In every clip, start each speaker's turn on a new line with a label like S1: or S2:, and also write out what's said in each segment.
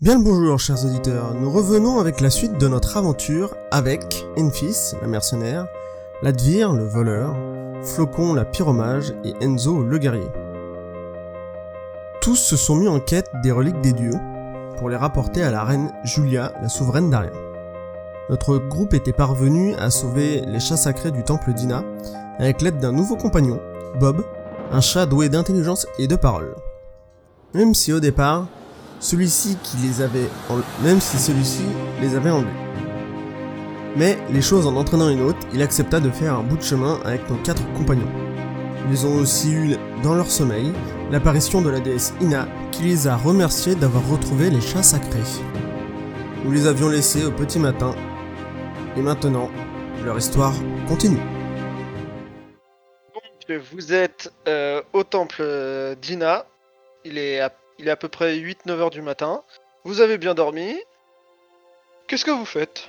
S1: Bien le bonjour chers auditeurs, nous revenons avec la suite de notre aventure avec Enfis, la mercenaire, Ladvir, le voleur, Flocon, la pyromage et Enzo, le guerrier. Tous se sont mis en quête des reliques des dieux pour les rapporter à la reine Julia, la souveraine d'Aria. Notre groupe était parvenu à sauver les chats sacrés du temple d'Ina avec l'aide d'un nouveau compagnon, Bob, un chat doué d'intelligence et de parole. Même si au départ, celui-ci qui les avait en- même si celui-ci les avait enlevés. Mais les choses en entraînant une autre, il accepta de faire un bout de chemin avec nos quatre compagnons. Ils ont aussi eu dans leur sommeil l'apparition de la déesse Ina qui les a remerciés d'avoir retrouvé les chats sacrés. Nous les avions laissés au petit matin et maintenant leur histoire continue.
S2: Que Vous êtes euh, au temple euh, d'Ina. Il est, à, il est à peu près 8-9 heures du matin. Vous avez bien dormi. Qu'est-ce que vous faites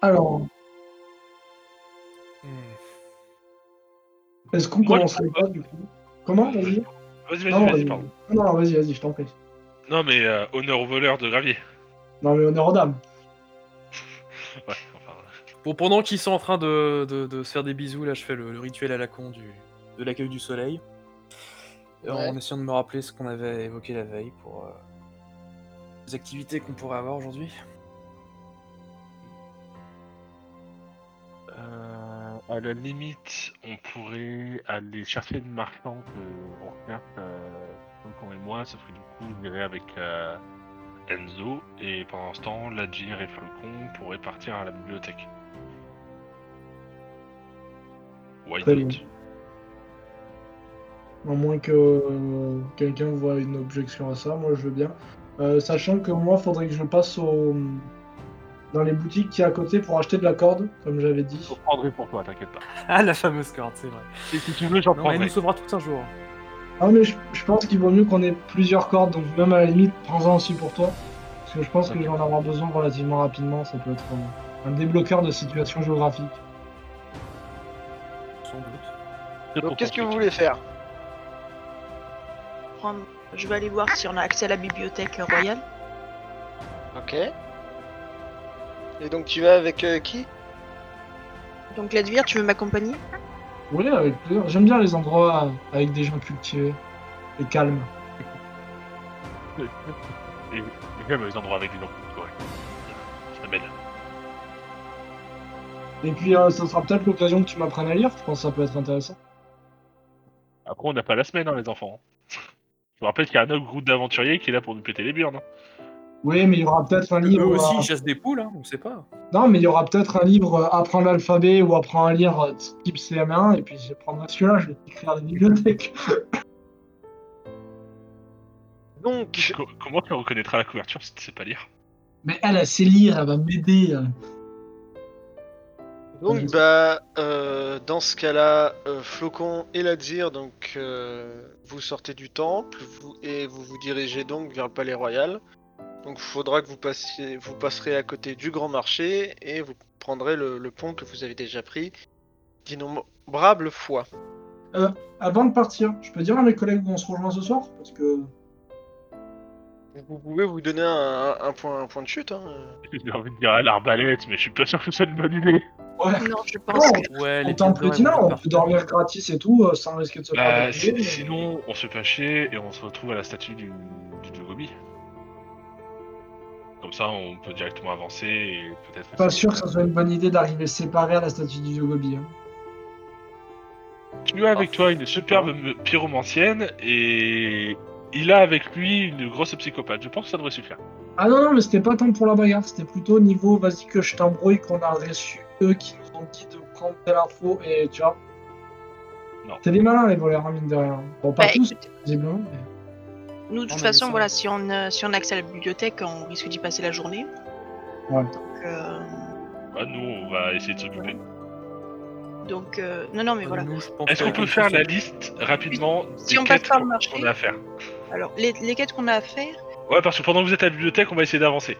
S3: Alors,
S4: Hmm.
S3: est-ce qu'on
S4: Moi,
S3: commence
S4: je-
S3: avec quoi du coup Comment Vas-y.
S4: Vas-y, vas-y,
S3: Non,
S4: vas-y,
S3: vas-y.
S4: pardon.
S3: Non, non, vas-y, vas-y, je t'en prie.
S4: Non, mais euh, honneur au voleur de gravier.
S3: Non, mais honneur aux dames.
S4: Ouais, enfin,
S5: Bon, pendant qu'ils sont en train de, de- de se faire des bisous, là, je fais le, le rituel à la con du, de l'accueil du soleil. Euh,
S2: Ouais.
S5: En essayant de me rappeler ce qu'on avait évoqué la veille pour euh, les activités qu'on pourrait avoir aujourd'hui.
S4: euh, à la limite, on pourrait aller chercher une marchande euh, en carte, euh, Duncan et moi, sauf que du coup, on irait avec euh, Enzo, et pendant ce temps, Ladjir et Flocon pourraient partir à la bibliothèque. Why
S3: Très
S4: not
S3: À moins que euh, quelqu'un voit une objection à ça, moi je veux bien. Euh, sachant que moi, faudrait que je passe au... dans les boutiques qui est à côté pour acheter de la corde, comme j'avais dit.
S4: Je prendrai pour toi, t'inquiète pas.
S5: Ah, la fameuse corde, c'est vrai.
S4: Et si tu veux, j'en
S5: Non, elle
S4: prendrai.
S5: nous sauvera tous un jour.
S3: Ah, mais je, je pense qu'il vaut mieux qu'on ait plusieurs cordes, donc même à la limite, prends-en aussi pour toi. Parce que je pense que je vais en avoir besoin relativement rapidement, ça peut être euh, un débloqueur de situation géographique.
S5: Sans doute.
S4: C'est pour
S2: Donc qu'est-ce que
S4: ton
S2: vous
S4: truc.
S2: voulez faire
S6: prendre- Je vais aller voir si on a accès à la bibliothèque royale.
S2: Ok. Et donc tu vas avec euh, qui
S6: Donc, Ledvire, tu veux m'accompagner
S3: Oui, avec plaisir. J'aime bien les endroits avec des gens cultivés et calmes.
S4: Et, et même les endroits avec des gens, ouais. C'est belle.
S3: Et puis, euh, ça sera peut-être l'occasion que tu m'apprennes à lire. Je pense que ça peut être intéressant.
S4: Après, on n'a pas la semaine, hein, les enfants. Je vous rappelle qu'il y a un autre groupe d'aventuriers qui est là pour nous péter les burnes. hein.
S3: Oui, mais il y aura peut-être un
S5: Eux
S3: livre.
S5: aussi,
S3: euh,
S5: ils chassent des poules, hein, on sait pas.
S3: Non, mais il y aura peut-être un livre euh, Apprendre l'alphabet ou Apprendre à lire euh, type CM1. Et puis, je prendrai celui-là, je vais écrire à la bibliothèque.
S2: Donc,
S4: Co- comment tu reconnaîtras la couverture si tu sais pas lire
S3: Mais elle, elle sait lire, elle va m'aider. euh.
S2: donc
S3: Vas-y.
S2: bah, euh, dans ce cas-là, euh, Flocon et Ladzir, donc euh, vous sortez du temple vous, et vous vous dirigez donc vers le palais royal. Donc faudra que vous passiez, vous passerez à côté du grand marché et vous prendrez le, le pont que vous avez déjà pris d'innombrables fois.
S3: Avant de partir, je peux dire à mes collègues où on se rejoint ce soir Parce que.
S2: Vous pouvez vous donner un, un point, un point de chute. Hein.
S4: J'ai envie de dire à l'arbalète, mais je suis pas sûr que c'est une bonne idée.
S3: Ouais,
S6: Non, je pense
S3: non,
S6: que
S5: Ouais,
S3: on
S5: les
S3: t'en
S5: pièces d'or,
S3: petit,
S5: elles vont
S3: non, on peut
S5: partir.
S3: dormir gratis et tout, euh, sans risquer de se
S4: Bah,
S3: faire.
S4: si-
S3: dégueuler, mais-
S4: sinon, on se fait chier et on se retrouve à la statue du, du dieu Gobi. Comme ça, on peut directement avancer et peut-être.
S3: Pas sûr que ça soit une bonne idée d'arriver séparé à la statue du dieu Gobi. hein.
S4: Tu as avec toi une superbe me- pyromancienne et il a avec lui une grosse psychopathe. Je pense que ça devrait suffire.
S3: Ah non, non, mais c'était pas tant pour la bagarre, c'était plutôt niveau vas-y que je t'embrouille qu'on a reçu eux qui nous ont dit de prendre telle info et tu vois.
S4: Non.
S3: C'est des malins les voleurs, hein, mine de rien. Bon, pas
S6: Bah,
S3: tous,
S6: écoute,
S3: visiblement. mais-
S6: nous, de
S5: On a
S6: toute
S5: vu
S6: façon,
S5: ça.
S6: voilà, si on, euh, si on a accès à la bibliothèque, on risque d'y passer la journée.
S3: Ouais.
S6: Donc, euh,
S4: Bah, nous, on va essayer de s'occuper.
S6: donc, euh, non, non, mais voilà.
S5: Nous, je pense
S4: Est-ce qu'on
S5: que-
S4: peut faire la liste rapidement
S6: Si
S4: des
S6: on passe
S4: quêtes
S6: par le
S4: qu'on-
S6: marché.
S4: qu'on a à faire
S6: Alors, les, les quêtes qu'on a à faire,
S4: Ouais, parce que pendant que vous êtes à la bibliothèque, on va essayer d'avancer.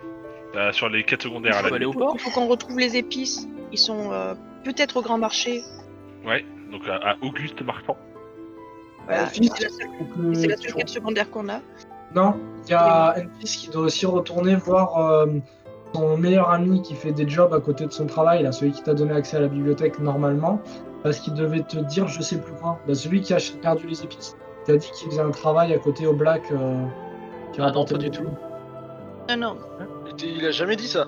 S4: Euh, sur les quêtes secondaires.
S5: On
S4: à
S5: peut
S4: la
S5: aller au
S4: limite.
S5: port
S6: il faut qu'on retrouve les épices. Ils sont euh, peut-être au grand marché.
S4: Ouais, donc à, à Auguste Marchand.
S6: Voilà.
S3: Elfis,
S6: C'est la seule-
S3: faut que-
S6: c'est la seule quête secondaire qu'on a.
S3: Non, il y a Elfis qui doit aussi retourner voir euh, son meilleur ami qui fait des jobs à côté de son travail, là, celui qui t'a donné accès à la bibliothèque normalement, parce qu'il devait te dire je sais plus quoi. Bah, celui qui a ch- perdu les épices. Il a dit qu'il faisait un travail à côté au Black. euh, qui rapportait
S7: pas du
S3: des-
S7: tout.
S6: Non, non.
S2: Il a jamais dit ça.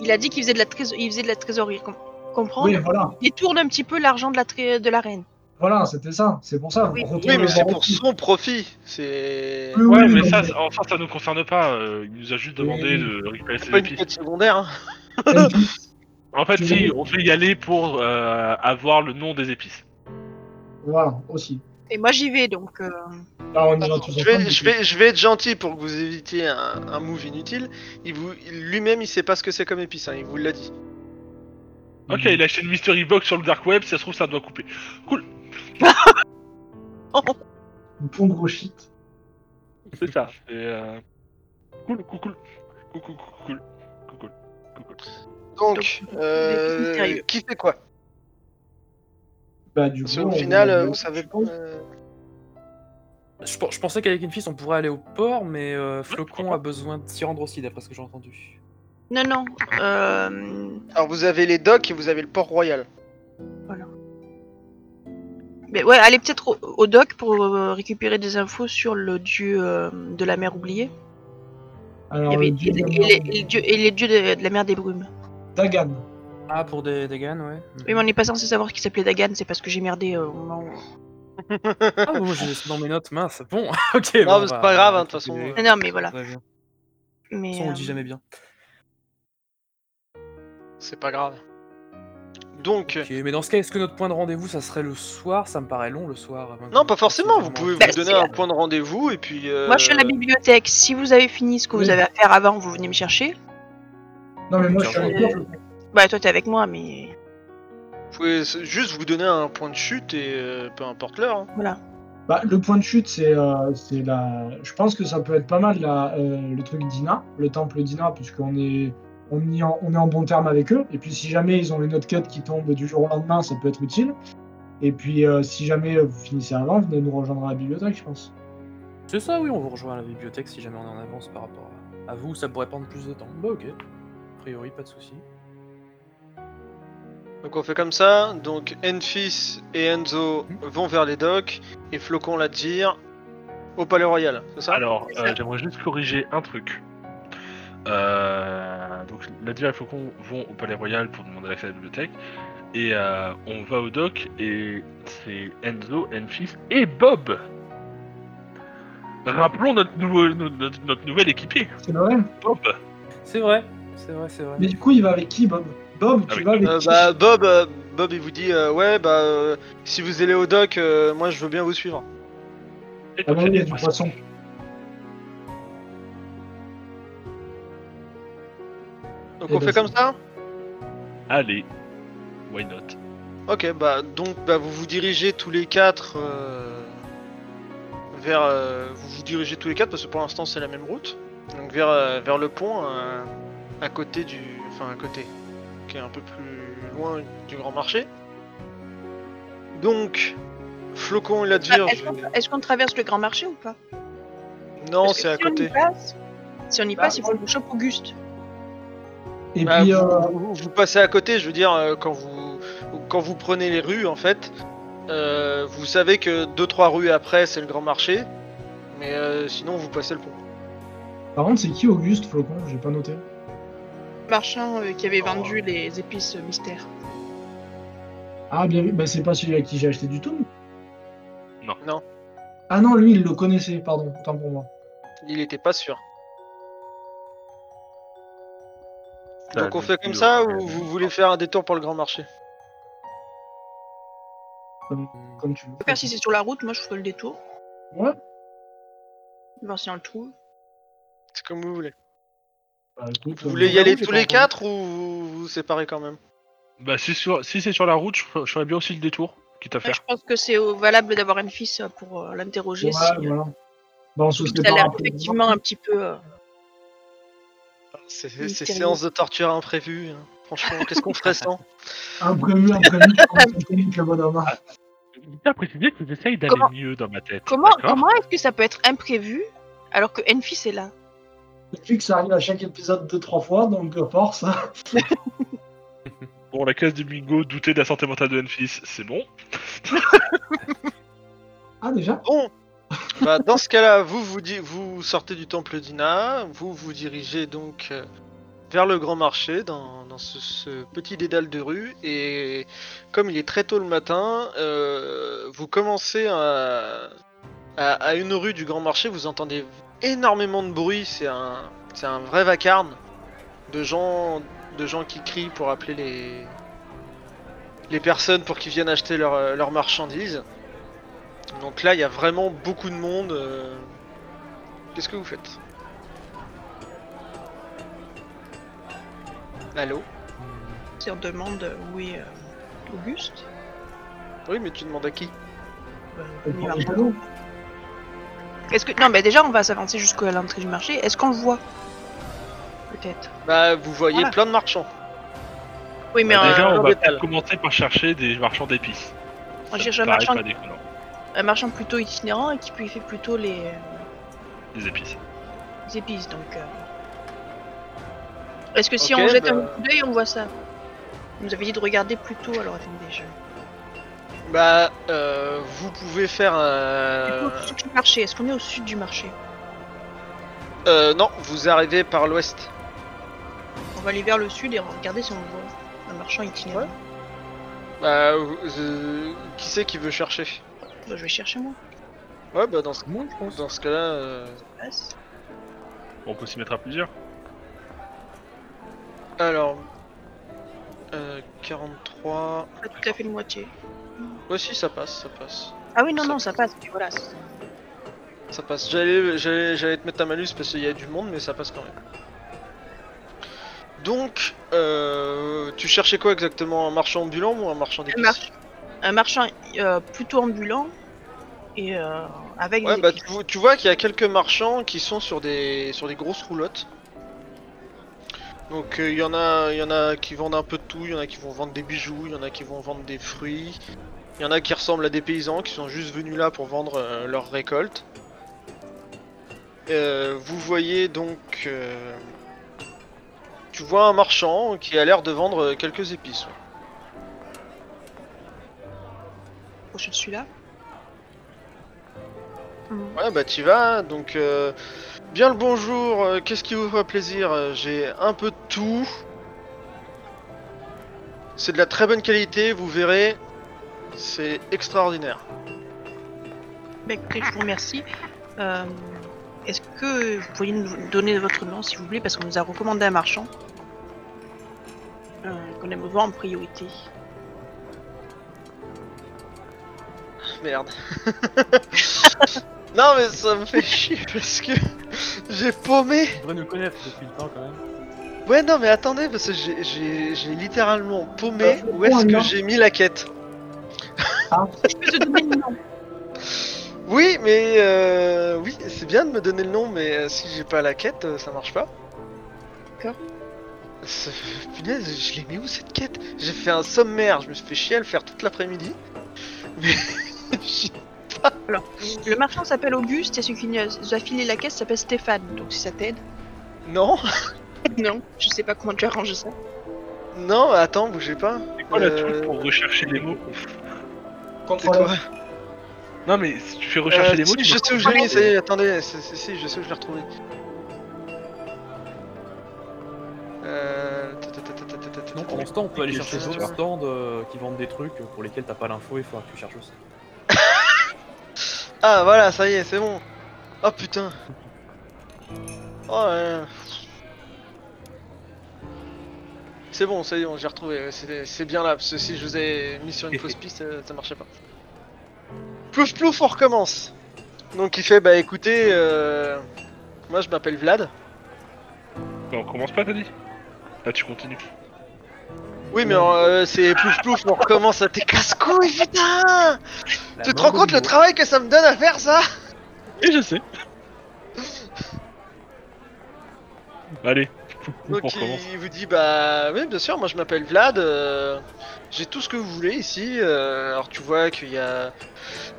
S6: Il a dit qu'il faisait de la, trésor... il faisait de la trésorerie. com- Comprendre
S3: Oui, voilà,
S6: Il détourne un petit peu l'argent de la, tré- de la reine.
S3: voilà, c'était ça. C'est pour ça.
S6: Oui,
S3: on retourne
S2: Oui, mais
S3: le
S2: c'est
S3: voir
S2: pour
S3: aussi.
S2: son profit. C'est
S3: Oui,
S4: Ouais,
S3: oui,
S4: mais
S3: mais-
S4: ça, enfin, ça nous concerne pas. euh, il nous a juste demandé de récupérer
S2: c'est
S4: ses
S2: pas une
S4: épices.
S2: quête secondaire. hein.
S3: Elfis,
S4: En fait,
S3: Tu
S4: si,
S3: veux-
S4: on devait y aller pour euh, avoir le nom des épices.
S3: Voilà, aussi.
S6: Et moi j'y vais donc. euh,
S3: Là, on y va tous
S2: Je
S3: ensemble,
S2: vais, je,
S3: puis-
S2: vais, je vais être gentil pour que vous évitiez un, un move inutile. Il vous, il- lui-même, il sait pas ce que c'est comme épice. hein, il vous l'a dit.
S4: Ok, il a acheté une mystery box sur le dark web, si ça se trouve, ça doit couper.
S6: oh,
S3: Une pompe gros shit.
S4: C'est ça. Et, euh, Cool, cool, cool. Cool, cool, cool, cool. Cool, cool, cool, cool.
S2: Donc, euh,
S6: des épices mystérieux.
S2: qui fait quoi
S3: Bah, du
S2: Parce
S3: coup.
S2: qu'au
S3: on-
S2: final, euh,
S3: on-
S2: vous savez pas. euh,
S5: Je, pen- je pensais qu'avec une fille, on pourrait aller au port, mais euh, Flocon a besoin de s'y rendre aussi, d'après ce que j'ai entendu.
S6: Non, non. euh,
S2: Alors, vous avez les docks et vous avez le port royal.
S6: Mais ouais, allez peut-être au, au doc pour euh, récupérer des infos sur le dieu euh, de la mer oubliée. Il
S3: Alors,
S6: y avait
S3: le Ah dieu de la
S6: et les,
S3: mort-
S6: et les dieux, et les dieux de, de la mer des brumes.
S3: Dagan.
S5: Ah, pour des, des gannes, ouais.
S6: Oui, mais on n'est pas censé savoir qui s'appelait Dagan, c'est parce que j'ai merdé euh, au moment où-
S5: Ah bon, j'ai laissé dans mes notes, mince. Bon, ok.
S2: Non,
S5: bon,
S2: mais c'est
S5: bah,
S2: pas
S5: on
S2: grave,
S5: va
S2: hein, de toute façon,
S5: continuer.
S6: Ah, Non, non, mais voilà.
S5: Très bien. De toute
S6: Mais,
S5: façon, on
S6: euh,
S5: le dit jamais bien.
S2: C'est pas grave. Donc, euh,
S5: Ok, mais dans ce cas, est-ce que notre point de rendez-vous, ça serait le soir Ça me paraît long le soir. à moins que
S2: non, pas forcément. Vous
S5: vraiment-
S2: pouvez vous
S6: Bah,
S2: donner
S6: c'est-
S2: un point de rendez-vous et puis. euh,
S6: Moi, je suis à la bibliothèque. Si vous avez fini ce que
S3: Oui.
S6: vous avez à faire avant, vous venez me chercher.
S3: Non, mais moi, je suis
S5: Tiens,
S3: avec
S6: je-
S3: toi. je-
S6: Bah, toi, t'es avec moi, mais
S2: Vous pouvez s- juste vous donner un point de chute et euh, peu importe l'heure. hein.
S3: Bah, le point de chute, c'est euh, c'est la. Je pense que ça peut être pas mal la, euh, le truc d'Ina, le temple d'Ina, puisqu'on est, on y en- on est en bon terme avec eux. Et puis, si jamais ils ont une autre quête qui tombe du jour au lendemain, ça peut être utile. Et puis, euh, si jamais euh, vous finissez avant, venez nous rejoindre à la bibliothèque, je pense.
S5: C'est ça, oui, on vous rejoint à la bibliothèque si jamais on est en avance par rapport à, à vous. Ça pourrait prendre plus de temps. Bah, ok. A priori, pas de soucis.
S2: Donc on fait comme ça, donc Enfis et Enzo
S5: Mhm.
S2: vont vers les docks et Flocon la tire au Palais Royal, c'est ça
S4: Alors, euh, j'aimerais juste corriger un truc. Euh, donc, Nadir et Faucon vont au Palais Royal pour demander l'accès à la bibliothèque. Et euh, on va au doc et c'est Enzo, Enfis et Bob. Rappelons notre, nouveau, notre, notre nouvel équipier,
S3: C'est vrai.
S4: Bob.
S5: C'est vrai, c'est vrai, c'est vrai.
S3: Mais du coup, il va avec qui, Bob Bob, tu
S4: Avec-
S3: vas avec
S2: Euh,
S3: qui
S2: bah, Bob, euh, Bob il vous dit euh, ouais bah euh, si vous allez au dock, euh, moi je veux bien vous suivre.
S4: Et
S3: Ah
S4: donc,
S3: bah oui,
S4: c'est
S3: il y a du
S4: des poissons.
S3: poisson.
S2: Donc
S3: Eh
S2: on
S3: ben,
S2: fait comme ça
S4: Allez, why not
S2: Ok bah donc bah, vous vous dirigez tous les quatre euh, vers euh, vous vous dirigez tous les quatre parce que pour l'instant c'est la même route. Donc vers euh, vers le pont euh, à côté du enfin à côté qui est un peu plus loin du grand marché. Donc Flocon et la
S6: Ah,
S2: Dvirge.
S6: est-ce qu'on est-ce qu'on traverse le grand marché ou pas
S2: Non,
S6: Parce que
S2: c'est à
S6: si on y
S2: côté.
S6: passe- Si on y
S3: Bah,
S6: passe, il faut qu'on chope Auguste.
S3: Et
S2: Bah,
S3: puis,
S2: vous,
S3: euh,
S2: vous- vous passez à côté, je veux dire, euh, quand vous, quand vous prenez les rues, en fait, euh, vous savez que 2-3 rues après, c'est le grand marché, mais euh, sinon, vous passez le pont.
S3: par contre, c'est qui Auguste Flocon J'ai pas noté.
S6: Marchand euh, qui avait
S4: Oh.
S6: vendu les épices euh, mystères.
S3: Ah, bien vu. Bah, c'est pas celui à qui j'ai acheté du tout.
S4: Non.
S2: Non.
S3: Ah non, lui, il le connaissait, pardon. Tant pour moi.
S2: Il était pas sûr.
S4: Ça,
S2: Donc on
S4: je
S2: fait
S4: suis
S2: comme
S4: au-
S2: ça, ou vous voulez faire un détour pour le grand marché
S3: Comme tu veux.
S6: Faire si c'est sur la route, moi je ferai le détour.
S3: Ouais.
S6: Voir si on le trouve.
S2: C'est comme vous voulez.
S3: Bah, écoute,
S2: Vous
S3: euh,
S2: voulez y
S3: j'avoue,
S2: aller
S3: j'ai
S2: tous
S3: pas
S2: les
S3: entendu.
S2: quatre, ou vous vous séparez quand même
S4: Bah, si, sur- si c'est sur la route, je, fer- je ferais bien aussi le détour, quitte à
S6: Ouais,
S4: faire.
S6: je pense que c'est euh, valable d'avoir Enfis euh, pour euh, l'interroger.
S3: Ouais,
S6: si, euh,
S3: voilà. Bah, on se
S6: il a
S3: sépare.
S6: l'air
S3: après.
S6: effectivement un petit peu. euh,
S2: C'est c'est
S6: Mystérieux.
S2: séance de torture imprévue. hein. Franchement, qu'est-ce qu'on ferait sans
S3: Imprévu, imprévu, je pense que c'est le bonhomme.
S4: bien précisé que j'essaye d'aller
S6: Comment-
S4: mieux dans ma tête.
S6: Comment,
S4: d'accord
S6: comment est-ce que ça peut être imprévu alors que Enfis est là
S3: Depuis que ça arrive à chaque épisode deux, trois fois, donc euh, force.
S4: Bon, la case de Bingo, douter de la santé mentale de Enfis, c'est bon.
S3: Ah, déjà
S2: Bon, bah, dans ce cas-là, vous, vous, di- vous sortez du temple d'Ina, vous vous dirigez donc euh, vers le grand marché, dans, dans ce, ce petit dédale de rue, et comme il est très tôt le matin, euh, vous commencez à, à, à une rue du grand marché, vous entendez énormément de bruit, c'est un, c'est un vrai vacarme de gens, de gens qui crient pour appeler les, les personnes pour qu'ils viennent acheter leurs leurs marchandises. Donc là, il y a vraiment beaucoup de monde. euh. Qu'est-ce que vous faites Allô
S6: Si on demande, euh, oui, euh, Auguste
S2: Oui, mais tu demandes à qui
S6: ben,
S3: on
S6: on y va.
S3: prend les panneaux.
S6: Est-ce que. Non, mais déjà, on va s'avancer jusqu'à l'entrée du marché. Est-ce qu'on le voit Peut-être.
S2: Bah, vous voyez
S6: Voilà.
S2: plein de marchands.
S6: Oui, mais euh,
S4: Bah,
S6: un-
S4: déjà, on
S2: un
S4: va
S2: hôpital.
S4: peut-être commencer par chercher des marchands d'épices.
S6: On
S4: Ça
S6: cherche
S4: me
S6: un
S4: paraît
S6: marchand-
S4: pas déconnant,
S6: un marchand plutôt itinérant et qui puis fait plutôt les, euh,
S4: des épices.
S6: les épices, donc. euh. Est-ce que si
S2: Ok,
S6: on jette un
S2: bah.
S6: coup d'œil, on voit ça Vous nous avez dit de regarder plus tôt, alors attendez, je.
S2: Bah, euh, vous pouvez faire un.
S6: Du coup, au sud du marché, est-ce qu'on est au sud du marché
S2: Euh, non, vous arrivez par l'ouest.
S6: On va aller vers le sud et regarder si on voit un marchand itinérant.
S2: Bah, vous- euh, qui c'est qui veut chercher
S6: Bah, je vais chercher moi.
S2: Ouais, bah, dans ce,
S5: Moi, je pense.
S2: dans ce cas-là. euh,
S6: Passe.
S4: On peut s'y mettre à plusieurs.
S2: Alors. euh, 43.
S6: Pas tout à fait le moitié.
S2: Ouais, si, ça passe, ça passe.
S6: Ah oui, non, non, ça passe. mais Voilà. c'est-
S2: Ça passe. J'allais, j'allais, j'allais te mettre un malus parce qu'il y a du monde, mais ça passe quand même. Donc, euh, tu cherchais quoi exactement Un marchand ambulant ou un marchand
S6: Un,
S2: d'épices
S6: march- un marchand euh, plutôt ambulant et euh, avec
S2: Ouais,
S6: des
S2: bah tu,
S6: épices.
S2: vo- tu vois qu'il y a quelques marchands qui sont sur des sur des grosses roulottes. Donc euh, il y en a il y en a qui vendent un peu de tout, il y en a qui vont vendre des bijoux, il y en a qui vont vendre des fruits, il y en a qui ressemblent à des paysans qui sont juste venus là pour vendre euh, leur récolte. Euh, vous voyez donc euh, tu vois un marchand qui a l'air de vendre euh, quelques épices. ouais.
S6: proche de celui-là. Hmm.
S2: Ouais, bah t'y vas, donc euh, bien le bonjour, euh, qu'est-ce qui vous fait plaisir Euh, J'ai un peu de tout. C'est de la très bonne qualité, vous verrez, c'est extraordinaire.
S6: Bah, écoutez, je vous remercie. Euh, Est-ce que vous pourriez nous donner votre nom, s'il vous plaît, parce qu'on nous a recommandé un marchand euh, qu'on aime voir en priorité.
S2: Merde. non mais ça me fait chier parce que j'ai paumé.
S5: Tu devrais nous connaître depuis le temps quand même.
S2: Ouais non mais attendez parce que j'ai- j'ai j'ai littéralement
S3: Euh,
S2: paumé
S3: c'est
S2: où est-ce
S3: bon,
S2: que
S3: non
S2: j'ai mis la quête.
S6: Je peux te donner le nom.
S2: Oui mais euh, oui c'est bien de me donner le nom mais euh, si j'ai pas la quête euh, ça marche pas.
S6: D'accord.
S2: Ce- Punaise, je l'ai mis où cette quête J'ai fait un sommaire, je me suis fait chier à le faire toute l'après-midi. Mais j'ai-
S6: Alors, le marchand s'appelle Auguste et celui qui nous a filé la caisse s'appelle Stéphane, donc si ça t'aide.
S2: non,
S6: Non, je sais pas comment tu as rangé ça.
S2: non, attends, bougez pas.
S4: C'est quoi le
S2: Euh,
S4: truc pour rechercher les mots
S2: C'est quoi
S3: Contrôle.
S4: Non, mais si tu fais rechercher
S2: Euh,
S4: les mots,
S2: si,
S4: tu
S2: Je
S4: dois
S2: sais où je l'ai mis,
S4: comprendre.
S2: ça y est, attendez, si, si, si, je sais où je l'ai retrouvé. Euh... ta, ta, ta, ta, ta, ta, ta,
S5: Non,
S2: ta,
S5: pendant ce temps, on peut aller
S4: Les
S5: chercher
S4: choses,
S5: d'autres
S4: tu
S5: stands euh, qui vendent des trucs pour lesquels t'as pas l'info et il faudra que tu cherches aussi.
S2: Ah voilà, ça y est, c'est bon. Oh putain. Oh là là. C'est bon, ça y est, on- j'ai retrouvé. ouais, C'est c'est bien là, parce que si je vous ai mis sur une fausse piste, euh, ça marchait pas. Plouf plouf, on recommence. Donc il fait, bah écoutez, euh, moi je m'appelle Vlad.
S4: Bah, on commence pas, t'as dit Là, tu continues.
S2: Oui, mais euh, c'est plouf plouf, on recommence à tes casse-couilles, putain
S5: La
S2: Tu te
S5: main
S2: rends
S5: de
S2: compte le
S5: Milo.
S2: travail que ça me donne à faire ça
S4: Et je sais. Allez, tout con
S2: Donc
S4: pour
S2: il,
S4: commencer.
S2: il vous dit bah oui bien sûr moi je m'appelle Vlad, euh, j'ai tout ce que vous voulez ici. euh, alors tu vois qu'il y a,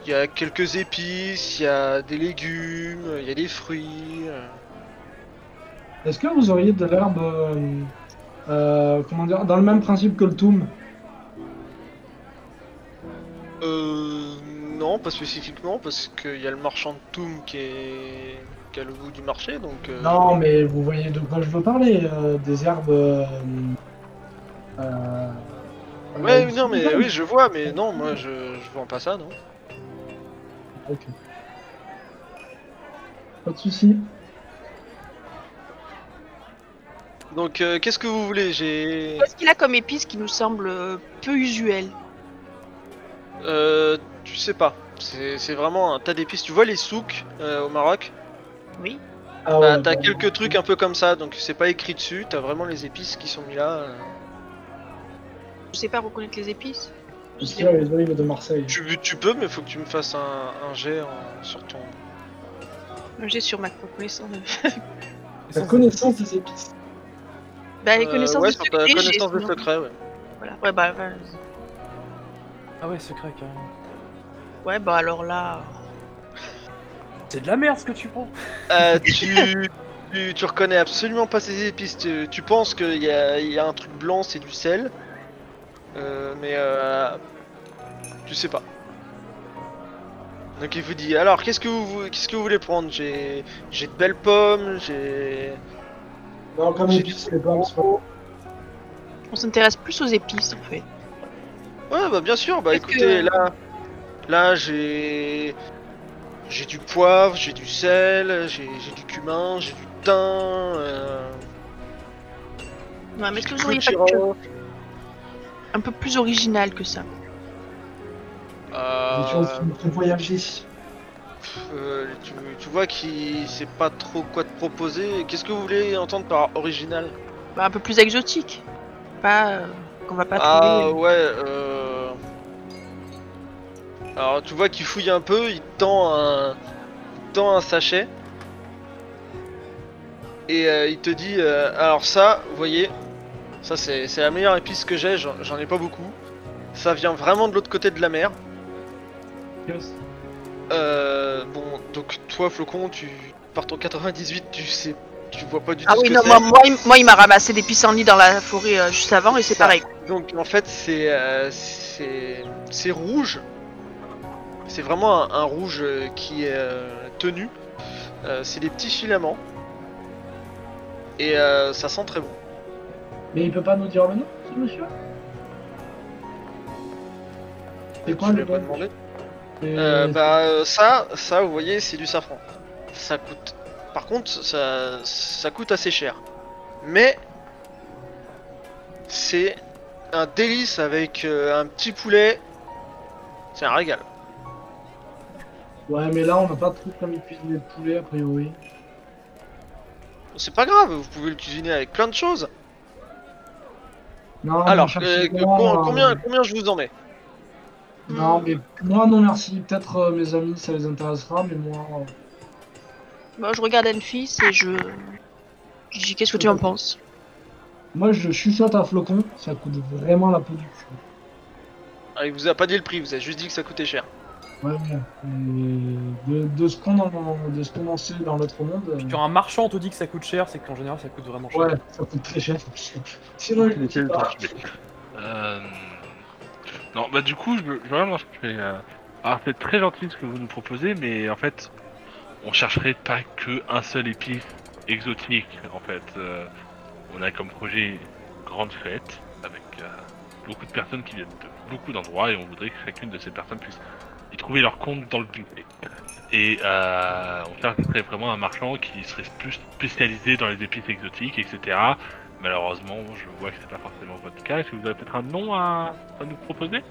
S2: il y a quelques épices, il y a des légumes, il y a des fruits. euh.
S3: Est-ce que vous auriez de l'herbe, euh, euh, comment dire, dans le même principe que le toum
S2: Euh, non pas spécifiquement parce qu'il y a le marchand de Toum qui est, qui est à le bout du marché donc. euh,
S3: Non, mais vous voyez de quoi je veux parler, euh, des herbes. euh, euh,
S2: Ouais,
S3: euh,
S2: non, mais oui, je vois, mais non, moi je, je vends pas ça, non.
S3: Ok. Pas de soucis.
S2: Donc, euh, qu'est-ce que vous voulez J'ai.
S6: Qu'est-ce qu'il a comme épice qui nous semble euh, peu usuelle
S2: Euh, tu sais pas. C'est c'est vraiment un tas d'épices. Tu vois les souks euh, au Maroc
S6: Oui.
S3: Ah
S2: Bah,
S3: ouais, bah,
S2: T'as quelques trucs un peu comme ça, donc c'est pas écrit dessus. T'as vraiment les épices qui sont mis là. euh.
S6: Je sais pas reconnaître les épices.
S3: parce qu'il y a les olives de Marseille.
S2: Tu, tu peux, mais faut que tu me fasses un, un jet en- sur ton.
S6: Euh, J'ai sur ma connaissance. de-
S3: La connaissance des épices.
S6: Bah, les
S2: Euh,
S6: connaissances
S2: ouais,
S6: de
S2: sur ta
S6: secret,
S2: connaissance
S6: j'ai-
S2: de secret, ouais.
S6: Voilà. Ouais, bah, bah,
S5: Ah ouais, secret carrément.
S6: ouais, bah alors là.
S5: C'est de la merde ce que tu prends.
S2: Euh, tu, tu, tu reconnais absolument pas ces épices. Tu, tu penses qu'il y a, il y a un truc blanc, c'est du sel. Euh, mais euh, tu sais pas. Donc il vous dit alors qu'est-ce que vous vou- qu'est-ce que vous voulez prendre J'ai j'ai de belles pommes, j'ai
S3: Non, comme épices, les pommes, c'est pas
S6: On s'intéresse plus aux épices en fait.
S2: ouais bah bien sûr bah
S6: Qu'est-ce
S2: écoutez
S6: que-
S2: là là j'ai j'ai du poivre, j'ai du sel, j'ai j'ai du cumin, j'ai du thym. euh,
S6: Ouais, mais est-ce que vous
S2: j'ai
S6: auriez
S2: du
S6: pas quelque chose
S2: clou de
S6: un peu plus original que ça
S2: Gironde. Euh,
S3: des choses qui me font voyager.
S2: Euh, tu, tu vois qu'il sait pas trop quoi te proposer. Qu'est-ce que vous voulez entendre par original
S6: bah, Un peu plus exotique. Pas. euh, qu'on va pas
S2: Ah
S6: trouver. euh,
S2: ouais. Euh... Alors tu vois qu'il fouille un peu, il te tend un, il te tend un sachet et euh, il te dit euh, alors ça, vous voyez, ça c'est c'est la meilleure épice que j'ai. J'en j'en ai pas beaucoup. Ça vient vraiment de l'autre côté de la mer. Euh, bon, donc toi, Flocon, tu par ton 98, tu sais, tu vois pas du tout
S6: Ah
S2: ce
S6: oui,
S2: que
S6: non,
S2: c'est.
S6: moi, moi, il- moi, il m'a ramassé des pissenlits dans la forêt euh, juste avant et c'est
S2: Ça.
S6: pareil.
S2: Donc en fait, c'est euh, c'est c'est rouge. C'est vraiment un, un rouge euh, qui est euh, tenu. Euh, c'est des petits filaments. Et euh, ça sent très bon.
S3: Mais il peut pas nous dire maintenant, ce monsieur C'est quoi
S2: Tu
S3: le
S2: l'as pas
S3: bon
S2: demandé
S3: C'est-
S2: Euh, bah euh, ça, ça vous voyez, c'est du safran. Ça coûte. Par contre, ça, ça coûte assez cher. Mais c'est un délice avec euh, un petit poulet. C'est un régal.
S3: Ouais, mais là, on n'a pas trop comme cuisiner de poulet, a priori.
S2: C'est pas grave, vous pouvez le cuisiner avec plein de choses.
S4: Ah,
S3: Non,
S2: Alors,
S3: mais
S2: euh,
S3: cherchez-moi,
S2: com-
S3: euh,
S2: combien, combien je vous en mets
S3: Non, mais moi, non, merci. Peut-être euh, mes amis, ça les intéressera, mais moi. euh,
S6: Moi, je regarde Anne-Fils et je. Je dis, qu'est-ce que tu en penses
S3: Moi, je chuchote un flocon, ça coûte vraiment la peau du cul.
S2: Ah, Il vous a pas dit le prix, vous avez juste dit que ça coûtait cher.
S3: Ouais, ouais. Et de, de ce qu'on en- de ce qu'on en sait dans l'autre monde. euh,
S5: Quand un marchand te dit que ça coûte cher, c'est qu'en général ça coûte vraiment cher.
S3: Ouais, ça coûte très cher. Sinon, je le dis pas.
S4: Euh, Non, bah du coup, je veux je veux vraiment. je fais, euh, Alors, c'est très gentil ce que vous nous proposez, mais en fait, on chercherait pas que un seul épice exotique. En fait, Euh, on a comme projet une grande fête avec euh, beaucoup de personnes qui viennent de beaucoup d'endroits et on voudrait que chacune de ces personnes puisse y trouver leur compte dans le buffet. Et euh, on chercherait vraiment un marchand qui serait plus spécialisé dans les épices exotiques, etc. Malheureusement, je vois que c'est pas forcément votre cas. Est-ce que vous avez peut-être un nom à, à nous proposer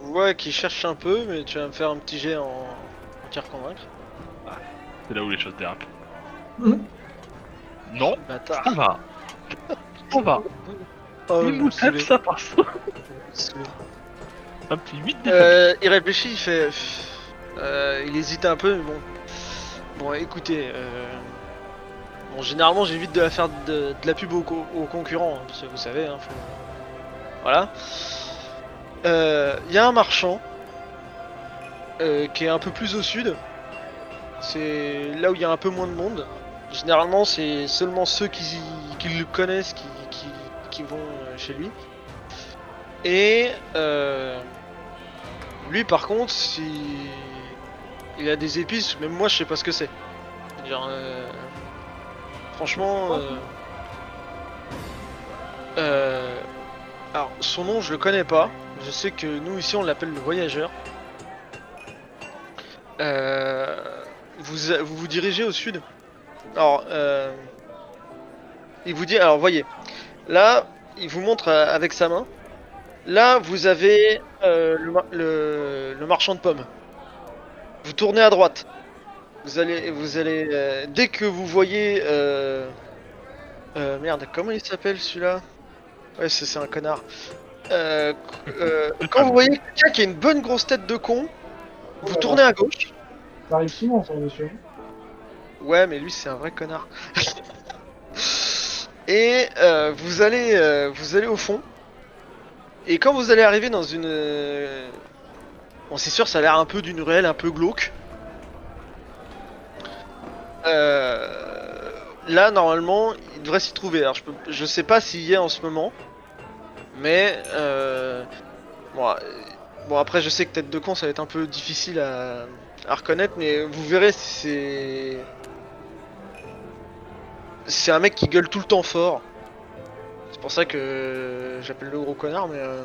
S2: Je vois qu'il cherche un peu, mais tu vas me faire un petit jet en, en tir convaincre.
S4: C'est là où les choses dérapent.
S3: Mhm.
S4: Non,
S2: Bâtard.
S4: ça va. Ça va.
S2: Ah, Oh,
S4: Une
S2: vous me
S4: bouteille,
S2: saoulez,
S4: ça passe.
S2: vous me saoulez.
S4: Un petit 8 déjà.
S2: Euh, il réfléchit, il fait. pff, euh, il hésite un peu, mais bon. Bon, écoutez, euh, Bon, généralement, j'évite de la faire de, de la pub aux, co- aux concurrents, hein, parce que vous savez, hein, faut- voilà. Il y a un marchand euh, qui est un peu plus au sud. C'est là où il y a un peu moins de monde. Généralement, c'est seulement ceux qui, qui le connaissent qui, qui, qui vont euh, chez lui. Et euh, lui, par contre, si il a des épices, même moi, je sais pas ce que c'est. Genre, euh, franchement, euh, euh, alors son nom, je le connais pas. Je sais que nous ici, on l'appelle le voyageur. Euh, vous, vous vous dirigez au sud. Alors, euh, il vous dit, alors voyez, là, il vous montre euh, avec sa main. Là, vous avez euh, le, mar- le- le marchand de pommes. Vous tournez à droite. Vous allez, vous allez, euh, dès que vous voyez, euh, euh, merde, comment il s'appelle celui-là Ouais, c'est c'est un connard. Euh, qu- euh, quand vous voyez quelqu'un qui a une bonne grosse tête de con, vous tournez à gauche.
S3: Ça arrive souvent, ça, monsieur.
S2: Ouais, mais lui, c'est un vrai connard. et euh, vous allez, euh, vous allez au fond. Et quand vous allez arriver dans une, euh, bon, c'est sûr, ça a l'air un peu d'une ruelle, un peu glauque. Euh, Là, normalement, il devrait s'y trouver. Alors, je, peux... je sais pas s'il y est en ce moment, mais euh, bon, euh, bon, après, je sais que tête de con, ça va être un peu difficile à, à reconnaître, mais vous verrez, c'est. C'est un mec qui gueule tout le temps fort. C'est pour ça que j'appelle le gros connard, mais. euh,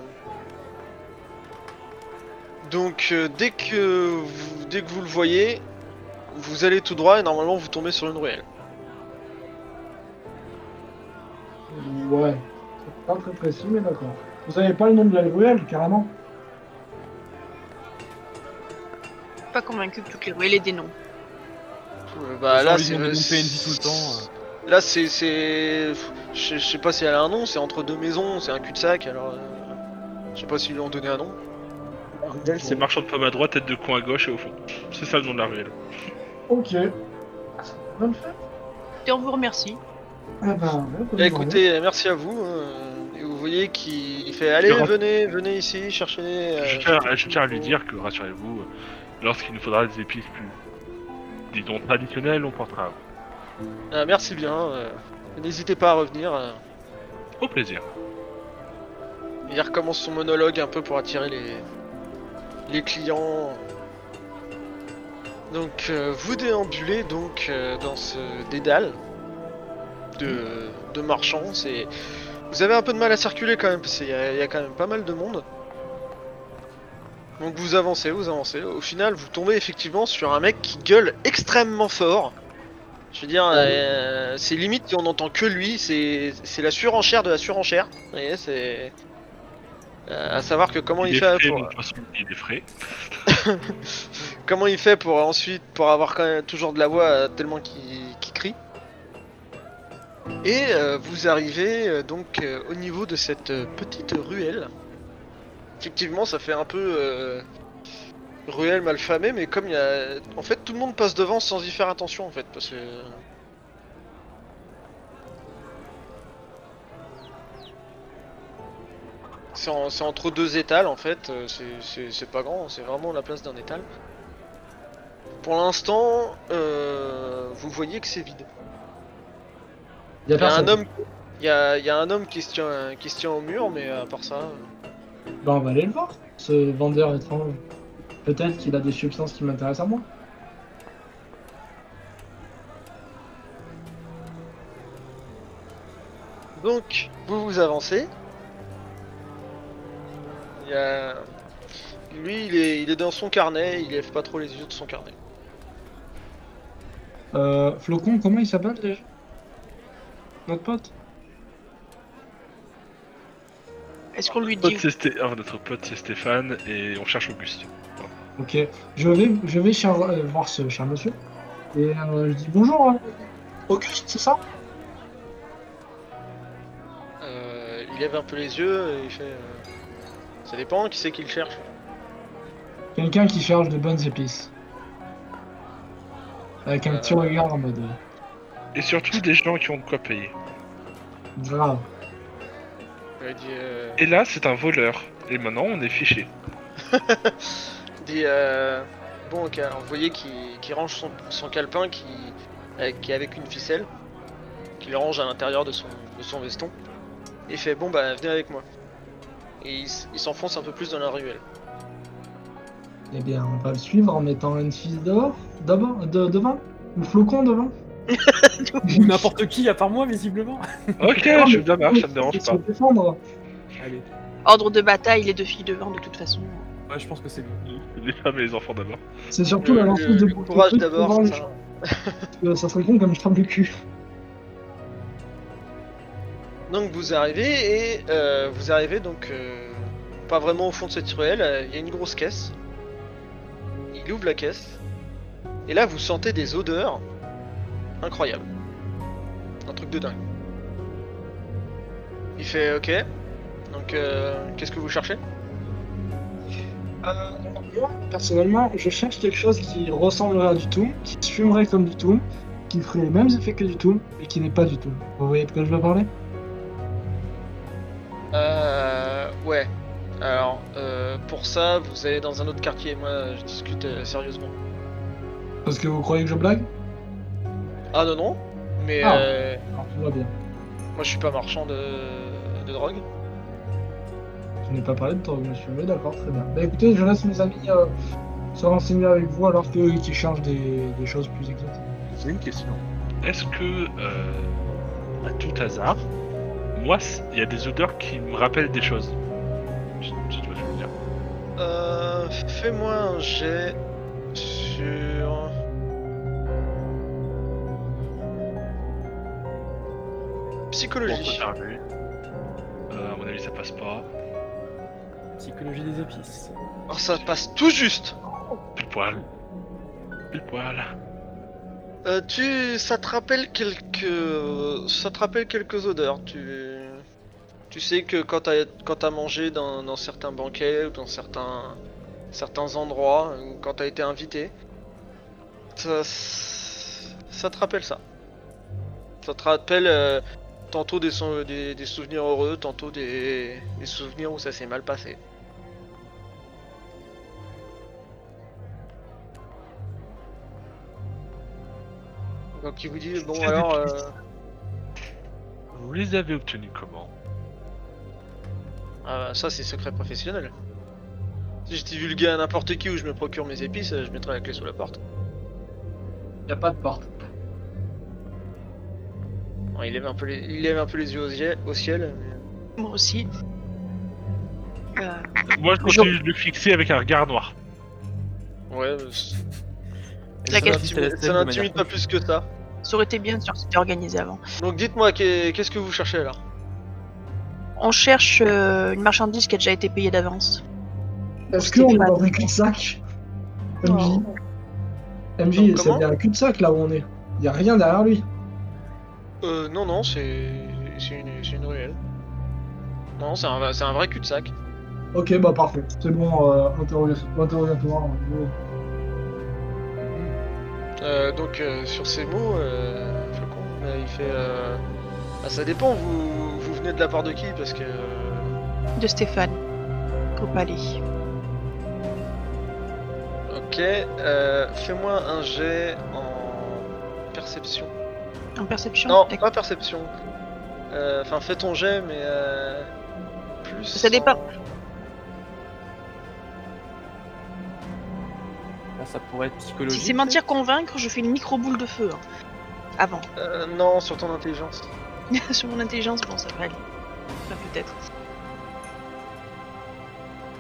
S2: Donc, euh, dès, que vous... dès que vous le voyez, vous allez tout droit et normalement vous tombez sur une ruelle.
S3: Ouais. C'est pas très précis, mais d'accord. Vous savez pas le nom de la ruelle, carrément
S6: Je suis pas convaincu que toutes les ruelles aient des noms.
S2: Euh, bah
S5: J'ai
S2: là,
S5: envie de
S2: c'est.
S5: monter une PNJ tout le temps, euh.
S2: Là, c'est. c'est- Je je sais pas si elle a un nom, c'est entre deux maisons, c'est un cul-de-sac, alors. euh, Je sais pas s'ils lui ont donné un nom.
S4: C'est marchand de pommes à droite, tête de con à gauche et au fond. C'est ça le nom de la ruelle.
S3: Ok. Bonne fête.
S6: Et on vous remercie.
S3: Ah ben, ouais, bonne
S2: Eh,
S3: journée.
S2: écoutez, merci à vous. euh, et vous voyez qu'il il fait allez,
S4: Je-
S2: venez, venez ici, cherchez. euh,
S4: je, tiens, à- je tiens à lui dire que, rassurez-vous, lorsqu'il nous faudra des épices plus, disons, traditionnelles, on pensera à vous.
S2: ah, merci bien. euh, N'hésitez pas à revenir. euh.
S4: Au plaisir.
S2: il recommence son monologue un peu pour attirer les les clients. Donc euh, vous déambulez donc euh, dans ce dédale de, de marchands. C'est vous avez un peu de mal à circuler quand même parce qu'il y, a- il y a quand même pas mal de monde. Donc vous avancez, vous avancez. Au final, vous tombez effectivement sur un mec qui gueule extrêmement fort. Je veux dire, euh, c'est limite on n'entend que lui. C'est c'est la surenchère de la surenchère. Vous voyez, c'est euh, à savoir que comment il,
S4: est
S2: fait
S4: frais,
S2: pour
S4: de toute façon, il est frais.
S2: Comment il fait pour euh, ensuite pour avoir quand même toujours de la voix euh, tellement qu'il qu'il crie Et euh, vous arrivez euh, donc euh, au niveau de cette euh, petite ruelle. Effectivement, ça fait un peu euh, ruelle malfamée, mais comme il y a, en fait, tout le monde passe devant sans y faire attention en fait, parce que c'est en- c'est entre deux étals en fait. euh, c'est- C'est c'est pas grand, c'est vraiment la place d'un étal. Pour l'instant, euh, vous voyez que c'est vide.
S3: Y a
S2: Il y a un
S3: personne.
S2: homme, il y a, il y a un homme qui se, tient, qui se tient au mur, mais à part ça, euh,
S3: Ben, on va aller le voir, ce vendeur étrange. Peut-être qu'il a des substances qui m'intéressent à moi.
S2: donc vous vous avancez. Il y a... Lui, il est, il est dans son carnet, il lève pas trop les yeux de son carnet.
S3: Euh, Flocon, comment il s'appelle déjà Notre pote
S6: Est-ce qu'on lui
S4: Notre
S6: dit
S4: pote, c'est Sté- ah, notre pote, c'est Stéphane et on cherche Auguste.
S3: Ok, je vais, je vais cher- euh, voir ce cher monsieur. Et euh, je dis bonjour, hein. Auguste, c'est ça
S2: Euh, il lève un peu les yeux et il fait. euh, Ça dépend, qui c'est qu'il cherche.
S3: Quelqu'un qui cherche de bonnes épices. Avec un
S2: Euh.
S3: petit regard en mode. euh,
S4: Et surtout des gens qui ont de quoi payer.
S3: Grave.
S2: Il dit, euh,
S4: Et là, c'est un voleur. Et maintenant, on est fiché.
S2: dit, euh, bon, ok, alors vous voyez qu'il qu'il range son, son calepin qui, euh, qui est avec une ficelle, qu'il range à l'intérieur de son, de son veston, et fait bon bah venez avec moi. Et il, s- il s'enfonce un peu plus dans la ruelle.
S3: Eh bien, on va le suivre en mettant une fille dehors, d'abord, de- devant, ou flocon devant.
S5: Ou n'importe qui à part moi, visiblement.
S4: Ok, je suis de la marche, ça me dérange
S3: Se
S4: pas.
S3: défendre.
S5: Allez.
S6: Ordre de bataille, les deux filles devant de toute façon.
S5: Ouais, je pense que c'est mieux.
S4: Les femmes et les enfants d'abord.
S3: C'est surtout
S2: Euh, Le-
S3: la lanceuse
S2: le-
S3: de
S2: le
S3: boules de
S2: courage
S3: trucs
S2: d'abord,
S3: devant
S2: c'est
S3: les
S2: ça.
S3: gens, parce que euh, Ça serait con comme je ferme le cul.
S2: Donc vous arrivez et euh, vous arrivez donc euh, pas vraiment au fond de cette ruelle, euh, il y a une grosse caisse. Il ouvre la caisse et là vous sentez des odeurs incroyables. Un truc de dingue. Il fait ok. Donc euh, qu'est-ce que vous cherchez
S3: Euh, alors moi, personnellement, je cherche quelque chose qui ressemblerait à du tout, qui se fumerait comme du tout, qui ferait les mêmes effets que du tout, et qui n'est pas du tout. Vous voyez de quoi je veux parler
S2: Euh ouais. Alors euh, pour ça vous allez dans un autre quartier, moi je discute euh, sérieusement.
S3: Parce que vous croyez que je blague
S2: Ah non non, mais
S3: Ah.
S2: euh,
S3: Alors tout va bien.
S2: moi je suis pas marchand de, de drogue.
S3: Je n'ai pas parlé de drogue, monsieur, mais d'accord, très bien. Bah écoutez, je laisse mes amis euh, se renseigner avec vous alors qu'eux ils échangent des, des choses plus exotiques.
S4: J'ai une question. Est-ce que, euh, à tout hasard, moi, c- il y a des odeurs qui me rappellent des choses Si si tu vois ce que je veux dire.
S2: Euh, fais-moi un jet sur.
S4: Pour
S2: Psychologie.
S4: conserver. Euh, à mon avis, ça passe pas.
S5: Psychologie des épices.
S2: Oh, ça passe tout juste
S4: Pile poil. Pile poil.
S2: Euh, tu. Ça te rappelle quelques. Ça te rappelle quelques odeurs. Tu. Tu sais que quand t'as, quand t'as mangé dans, dans certains banquets, ou dans certains, certains endroits, ou quand t'as été invité, ça, ça te rappelle ça. Ça te rappelle euh, tantôt des, sou- des, des souvenirs heureux, tantôt des, des souvenirs où ça s'est mal passé. Donc il vous dit, bon alors... euh,
S4: Vous les avez obtenus comment
S2: Ah bah, ça c'est secret professionnel. Si je divulguais à n'importe qui où je me procure mes épices, euh, je mettrais la clé sous la porte.
S7: Y a pas de porte.
S2: Bon, il, lève un peu les... il lève un peu les yeux au, zie- au ciel. mais-
S6: Moi aussi. Euh,
S4: Moi, je continue de le fixer avec un regard noir.
S2: Ouais, bah, c'est-
S5: Et
S6: La
S5: ça
S6: question-
S5: l'intimide-
S2: ça
S5: ça l'intimide
S2: n'intimide pas plus que ça.
S6: ça aurait été bien si on s'était organisé avant.
S2: Donc dites-moi, qu'est- qu'est-ce que vous cherchez alors
S6: On cherche euh, une marchandise qui a déjà été payée d'avance.
S3: Est-ce qu'on est dans un cul-de-sac MJ, MJ
S2: Donc,
S3: ça
S2: comment
S3: devient un cul-de-sac là où on est. Y a rien derrière lui.
S2: Euh, non, non, c'est c'est une... c'est une ruelle. Non, c'est un... c'est un vrai cul-de-sac.
S3: Ok, bah parfait. C'est bon, euh, interroga- interrogatoire. euh,
S2: Euh, donc euh, sur ces mots, euh, Flocon, euh, il fait... euh, Ah ça dépend, vous... vous venez de la part de qui Parce que... euh,
S6: De Stéphane. Au palais.
S2: Ok, euh, fais-moi un jet en perception.
S6: En perception
S2: Non,
S6: D'accord.
S2: pas perception. Euh, Enfin, fais ton jet, mais euh, plus.
S6: Ça dépend.
S2: en-
S5: Là, ça pourrait être psychologique.
S6: Si c'est mentir, convaincre, je fais une micro-boule de feu. hein. Avant.
S2: Euh, non, sur ton intelligence.
S6: Sur mon intelligence, bon, ça va aller. Enfin, peut-être.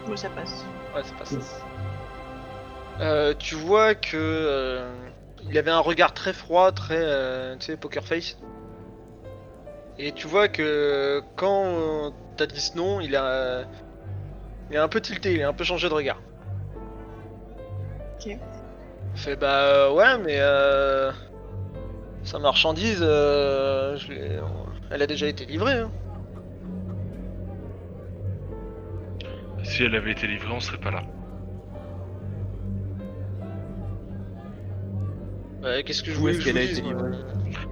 S6: Bon, ça passe.
S2: Ouais, ça passe.
S3: Yes.
S2: Euh, tu vois que euh, il avait un regard très froid, très euh, tu sais poker face. Et tu vois que quand euh, t'as dit ce nom, il a il est un peu tilté, il a un peu changé de regard.
S6: Ok.
S2: Fait bah euh, ouais mais euh, sa marchandise, euh, je l'ai- elle a déjà été livrée. hein.
S4: Si elle avait été livrée, on serait pas là.
S2: Ouais, Qu'est-ce que je
S5: Où
S2: voulais
S5: est-ce
S2: Bah, que je
S5: qu'elle
S2: vous
S5: a été
S2: dise, moi
S5: livrée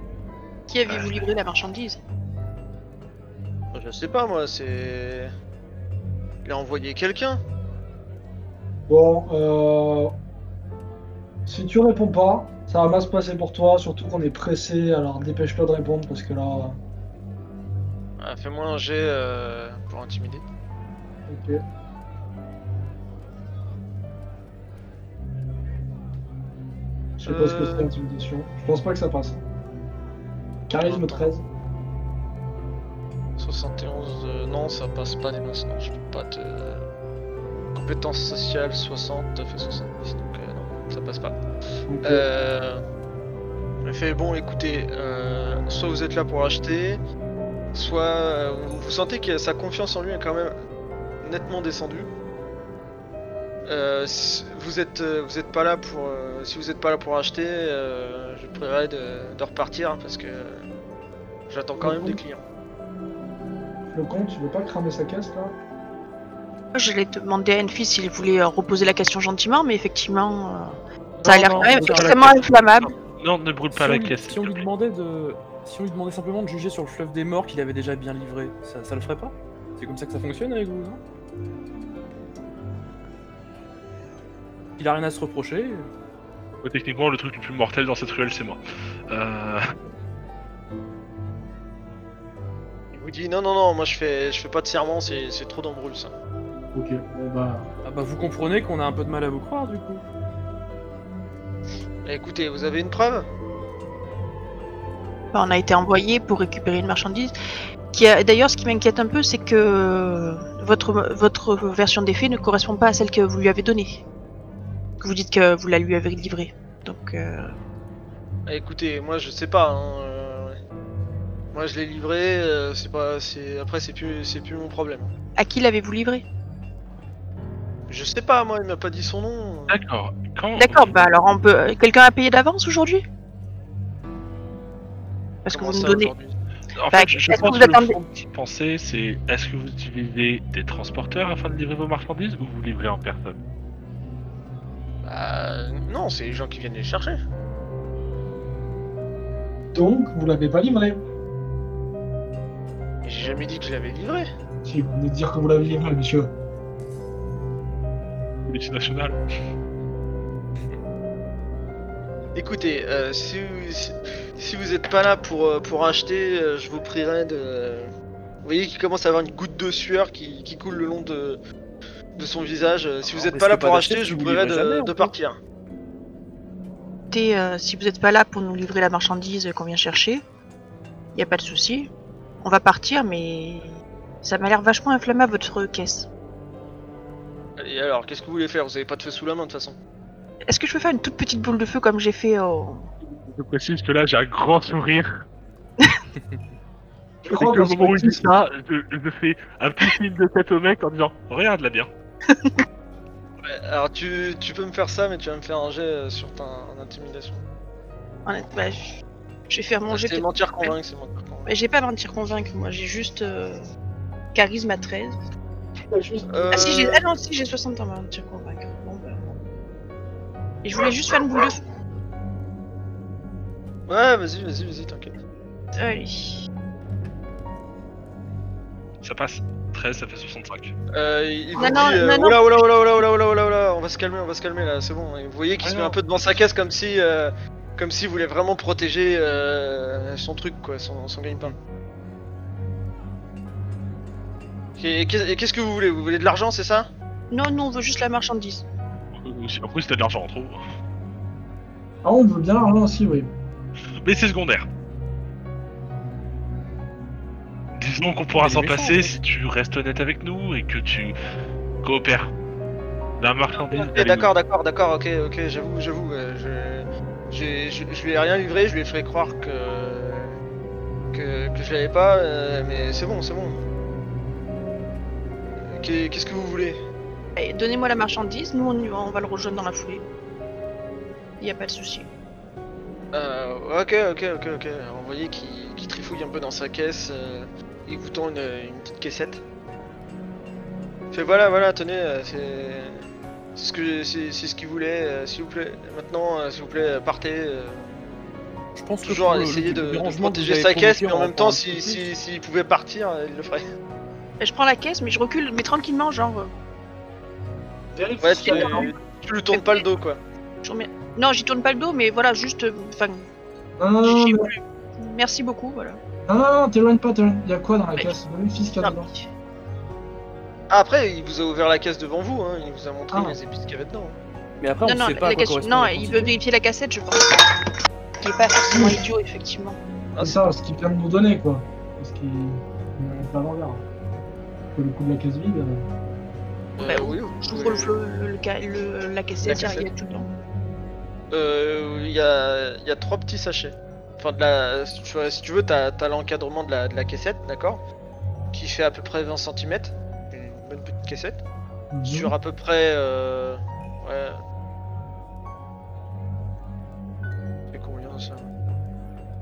S6: qui avez-vous livré la marchandise
S2: Je sais pas, moi, c'est. Il a envoyé quelqu'un
S3: Bon, euh, si tu réponds pas, ça va mal se passer pour toi, surtout qu'on est pressé, alors dépêche-toi de répondre parce que là.
S2: Ah, Fais-moi un jet euh, pour intimider.
S3: Ok. Je sais pas ce que
S2: Euh.
S3: c'est l'intimidation. Je pense pas que ça passe. Charisme 13.
S2: 71, euh, non, ça passe pas dès maintenant, je peux pas te. Compétences sociales 60, t'as fait 70, donc euh, non, ça passe pas.
S3: Ok.
S2: Euh, elle fait bon, écoutez, euh, soit vous êtes là pour acheter, soit euh, vous, vous sentez que sa confiance en lui est quand même nettement descendue. Euh, si vous êtes, euh, vous êtes pas là pour, euh, si vous êtes pas là pour acheter, euh, je prierai de, de repartir hein, parce que j'attends quand même des clients.
S3: Le con, tu veux pas cramer sa caisse là
S6: Moi, Je l'ai demandé à Enfis s'il voulait euh, reposer la question gentiment, mais effectivement, euh, ça a
S4: Non,
S6: l'air
S4: non,
S6: quand
S4: on
S6: même
S4: brûle pas la
S6: extrêmement
S4: caisse.
S6: inflammable.
S4: Non, ne brûle
S5: Si
S4: pas
S5: on
S4: la
S5: lui-
S4: caisse.
S5: Si on lui demandait de, si on lui demandait simplement de juger sur le fleuve des morts qu'il avait déjà bien livré, ça, ça le ferait pas C'est comme ça que ça fonctionne avec vous, non Il a rien à se reprocher.
S4: Ouais, Techniquement, le truc le plus mortel dans cette ruelle, c'est moi. Euh,
S2: Il vous dit non, non, non, moi je fais, je fais pas de serment, c'est c'est trop d'embrouille ça.
S3: Ok, bon bah.
S5: Ah bah vous comprenez qu'on a un peu de mal à vous croire du coup.
S2: Eh, Écoutez, vous avez une preuve
S6: Enfin, On a été envoyé pour récupérer une marchandise. qui a- D'ailleurs, ce qui m'inquiète un peu, c'est que votre, votre version des faits ne correspond pas à celle que vous lui avez donnée. Vous dites que vous la lui avez livrée. Donc, euh,
S2: Bah, Écoutez, moi je sais pas. hein, euh, Moi je l'ai livré, euh, c'est pas, c'est après c'est plus, c'est plus mon problème.
S6: à qui l'avez-vous livrée
S2: Je sais pas, moi il m'a pas dit son nom.
S6: Ah,
S4: D'accord. Quand...
S6: D'accord, bah alors on peut. Quelqu'un a payé d'avance aujourd'hui Parce que
S2: Comment
S6: vous me
S2: ça,
S6: donnez.
S2: aujourd'hui
S4: En
S6: Bah,
S4: fait, je- je
S6: est-ce que
S4: pense
S6: vous
S4: que le
S6: attendez-
S4: fond d'y penser, c'est est-ce que vous utilisez des transporteurs afin de livrer vos marchandises ou vous livrez en personne
S2: Bah, non, c'est les gens qui viennent les chercher.
S3: Donc, vous l'avez pas livré
S2: Mais J'ai jamais dit que je l'avais livré.
S3: Si, vous venez de dire que vous l'avez livré, monsieur.
S4: Multinationale.
S2: Écoutez, euh, si, vous- si, si vous êtes pas là pour, euh, pour acheter, euh, je vous prierai de. Vous voyez qu'il commence à avoir une goutte de sueur qui, qui coule le long de, de son visage. Euh, Si
S5: Alors,
S2: vous êtes
S5: on
S2: pas là
S5: risque
S2: pour
S5: pas
S2: acheter,
S5: d'acheter
S2: je
S5: si
S2: vous
S5: vous
S2: prierai
S5: livrez jamais,
S2: de,
S5: en
S2: de
S5: fait.
S2: partir.
S6: Écoutez, euh, si vous n'êtes pas là pour nous livrer la marchandise qu'on vient chercher, il a pas de souci. On va partir, mais ça m'a l'air vachement inflammable votre caisse.
S2: Et alors, qu'est-ce que vous voulez faire Vous avez pas de feu sous la main de toute façon.
S6: Est-ce que je peux faire une toute petite boule de feu comme j'ai fait au.
S4: Je précise que là, j'ai un grand sourire.
S3: Je
S4: C'est
S3: crois
S4: que le
S3: parce que
S4: moment où il
S3: tu-
S4: dit ça, je, je fais un petit signe de tête au mec en disant Regarde la bien.
S2: Ouais, Alors tu, tu peux me faire ça, mais tu vas me faire un jet euh, sur ta en intimidation.
S6: Honnête- bah, je- je vais faire mon jet.
S2: c'est
S6: peut-être-
S2: mentir convaincre, c'est mentir convaincre.
S6: Mais J'ai pas mentir convaincre, moi, j'ai juste. euh, Charisme à 13. Ah, si, j'ai...
S2: Euh,
S6: ah non, si, j'ai 60 ans, mentir convaincre. Bon, bah. Et je voulais juste faire une boule de feu.
S2: Ouais, vas-y, vas-y, vas-y, t'inquiète.
S6: Allez.
S4: Ça passe. 13, ça fait 65.
S2: Euh, il vous
S6: Ah, Non,
S2: dit,
S6: non,
S2: euh,
S6: non, non.
S2: oula, oula, oula, oula, oula, oula, oula, oula, on va se calmer, on va se calmer là, c'est bon. Et vous voyez qu'il
S4: Ah
S2: se met
S4: non.
S2: un peu devant sa caisse comme si, euh, comme s'il voulait vraiment protéger euh, son truc, quoi, son, son gagne-pain. Et et qu'est- et qu'est-ce que vous voulez Vous voulez de l'argent, c'est ça
S6: Non, non, on veut juste la marchandise.
S4: Après, c'était de l'argent en trop.
S3: Ah, on veut bien l'argent aussi, oui.
S4: Mais c'est secondaire. Disons qu'on pourra
S5: Il est
S4: s'en
S5: méchant,
S4: passer
S5: en fait.
S4: si tu restes honnête avec nous et que tu coopères. La marchandise.
S2: Ok,
S4: elle est-
S2: Eh, D'accord, d'accord, d'accord, ok, ok, j'avoue, j'avoue, euh, je, j'ai- je, je lui ai rien livré, je lui ai fait croire que, que, que je l'avais pas, euh, mais c'est bon, c'est bon. Qu'est- Qu'est-ce que vous voulez
S6: Allez, Eh, Donnez-moi la marchandise, nous on y va, on va le rejoindre dans la foulée. Il a pas de souci.
S2: Euh, ok, ok, ok, ok. Alors, vous voyez qu'il qu'il trifouille un peu dans sa caisse euh, et vous tend une, une petite caissette. Il Fait voilà, voilà, tenez, euh, c'est c'est ce que c'est c'est ce qu'il voulait. euh, s'il vous plaît, maintenant, euh, s'il vous plaît, euh, partez. euh,
S5: Je pense que
S2: Toujours
S5: pour
S2: à
S5: le-
S2: essayer
S5: le
S2: de, de
S5: dérangement que
S2: protéger
S5: vous avez
S2: sa caisse, mais
S5: provoqué
S2: en même temps,
S5: en
S2: s'il
S5: politique,
S2: si, s'il pouvait partir, euh, il le ferait.
S6: Eh, Je prends la caisse, mais je recule, mais tranquillement, genre. euh,
S3: Vérifie
S2: Ouais,
S3: si
S2: tu,
S3: t'as- non,
S2: tu lui tournes pas le dos, quoi.
S6: je remets- Non, j'y tourne pas le dos, mais voilà, juste. euh, Enfin,
S3: Ah, non, non, non,
S6: j'y-
S3: non,
S6: merci beaucoup, voilà.
S3: non, non, non, t'éloigne pas, t'éloigne. Y'a quoi dans la
S6: Ouais.
S3: caisse Vérifie ce qu'il y a
S6: Non,
S3: dedans.
S6: mais-
S2: Ah, après, il vous a ouvert la caisse devant vous, hein, il vous a montré
S3: Ah.
S2: les épices qu'il y avait dedans.
S5: Mais après, on
S6: non,
S5: ne
S6: non,
S5: sait pas à
S6: la
S5: quoi
S6: question-
S5: correspond
S6: non,
S5: la
S6: il
S5: quantité.
S6: veut vérifier la cassette, je pense. Qui est pas forcément idiot, effectivement.
S2: Ah,
S3: C'est ça, ce qu'il vient de nous donner, quoi. Parce qu'il il n'arrête pas à l'envers. Parce que le coup de la caisse vide. euh,
S2: Euh,
S6: Bah,
S2: oui, vous
S6: J'ouvre
S2: pouvez-
S6: le, flo- le- le ca- le- la cassette,
S2: La
S6: il y a tout dedans.
S2: Euh, il y a, il y a trois petits sachets. Enfin, de la, si tu veux- si tu veux, t'as as, l'encadrement de la, de la caissette, d'accord Qui fait à peu près 20 cm. Une bonne petite caissette. Sur à peu près. Euh, ouais. C'est combien ça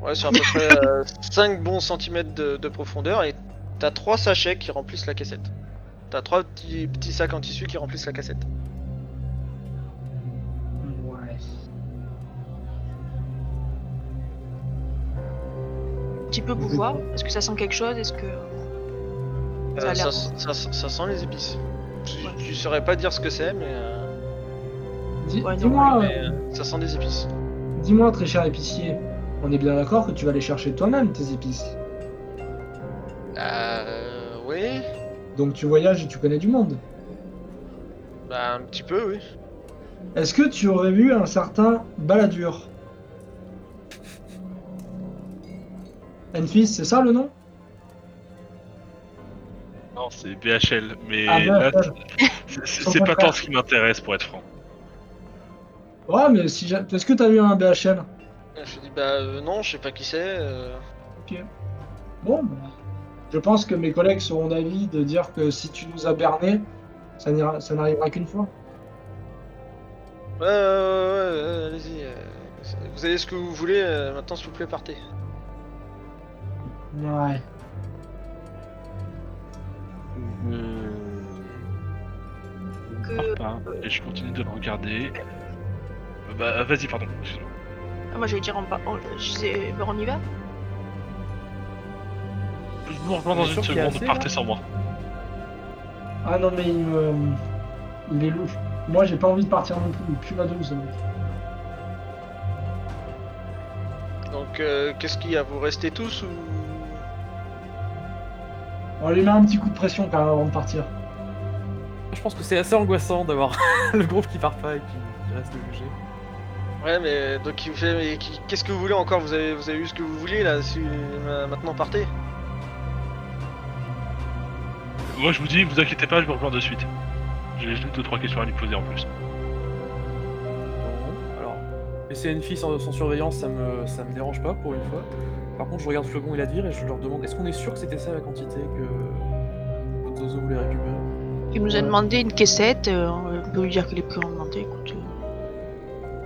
S2: Ouais, sur à peu près 5 bons centimètres de, de profondeur et t'as trois sachets qui remplissent la cassette. T'as trois petits, petits sacs en tissu qui remplissent la cassette.
S7: Ouais.
S6: Un petit peu pour voir, est-ce que ça sent quelque chose Est-ce que. Ça a
S2: Euh, ça,
S6: l'air
S2: ça- ça- ça sent les épices. Tu,
S6: Ouais.
S2: tu saurais pas dire ce que c'est, mais, euh,
S3: Dis-
S6: Ouais, non,
S3: Dis-moi, euh,
S2: mais, euh, ça sent des épices.
S3: dis-moi, très cher épicier, on est bien d'accord que tu vas aller chercher toi-même tes épices.
S2: Euh, oui,
S3: Donc tu voyages et tu connais du monde.
S2: bah un petit peu, oui.
S3: Est-ce que tu aurais vu un certain Balladur Enfis, c'est ça le nom
S4: Non, c'est BHL, mais
S3: Ah,
S4: là,
S3: BHL.
S4: c'est- c'est
S3: Son
S4: c'est pas
S3: contraire.
S4: tant ce qui m'intéresse pour être franc.
S3: Ouais, mais si j'a- est-ce que t'as vu un BHL
S2: Je dis, bah euh, non, je sais pas qui c'est. euh,
S3: Bon, bah, je pense que mes collègues seront d'avis de dire que si tu nous as bernés, ça n'ira- ça n'arrivera qu'une fois.
S2: Ouais, ouais, ouais, ouais, ouais, allez-y. euh, c'est- Vous avez ce que vous voulez, euh, maintenant s'il vous plaît, partez.
S3: Ouais.
S5: Euh,
S4: Je- Je
S6: Que-
S4: pars pas, et je continue de le regarder. Bah, vas-y, pardon, excuse-moi.
S6: Ah, moi j'allais dire on, va- on- je disais, ben, on y va
S4: Je vous rejoins
S5: On
S4: dans
S5: est
S4: une
S5: sûr qu'il y a
S4: seconde,
S5: assez, hein. là
S4: partez sans moi.
S3: Ah non, mais il me. Il est louche. Moi, j'ai pas envie de partir non plus. Il pue la douce, ce mec.
S2: Donc, euh, qu'est-ce qu'il y a Vous restez tous ou.
S3: On lui met un petit coup de pression quand même avant de partir.
S5: Je pense que c'est assez angoissant d'avoir le groupe qui part pas et qui, qui reste le GG.
S2: Ouais, mais donc il vous fait. mais qui- Qu'est-ce que vous voulez encore vous avez, vous avez eu ce que vous voulez là si- euh, Maintenant partez.
S4: Moi, je vous dis, vous inquiétez pas, je vous rejoins de suite. J'ai juste deux, trois questions à lui poser en plus.
S5: Bon, Alors, laisser une fille sans, sans surveillance, ça me, ça me dérange pas pour une fois. Par contre, je regarde Flocon et Ladvir et je leur demande est-ce qu'on est sûr que c'était ça la quantité que que Zozo voulait récupérer
S6: Il nous a
S3: Ouais.
S6: demandé une caissette, euh, on peut lui dire qu'il est plus augmenté, écoute. euh,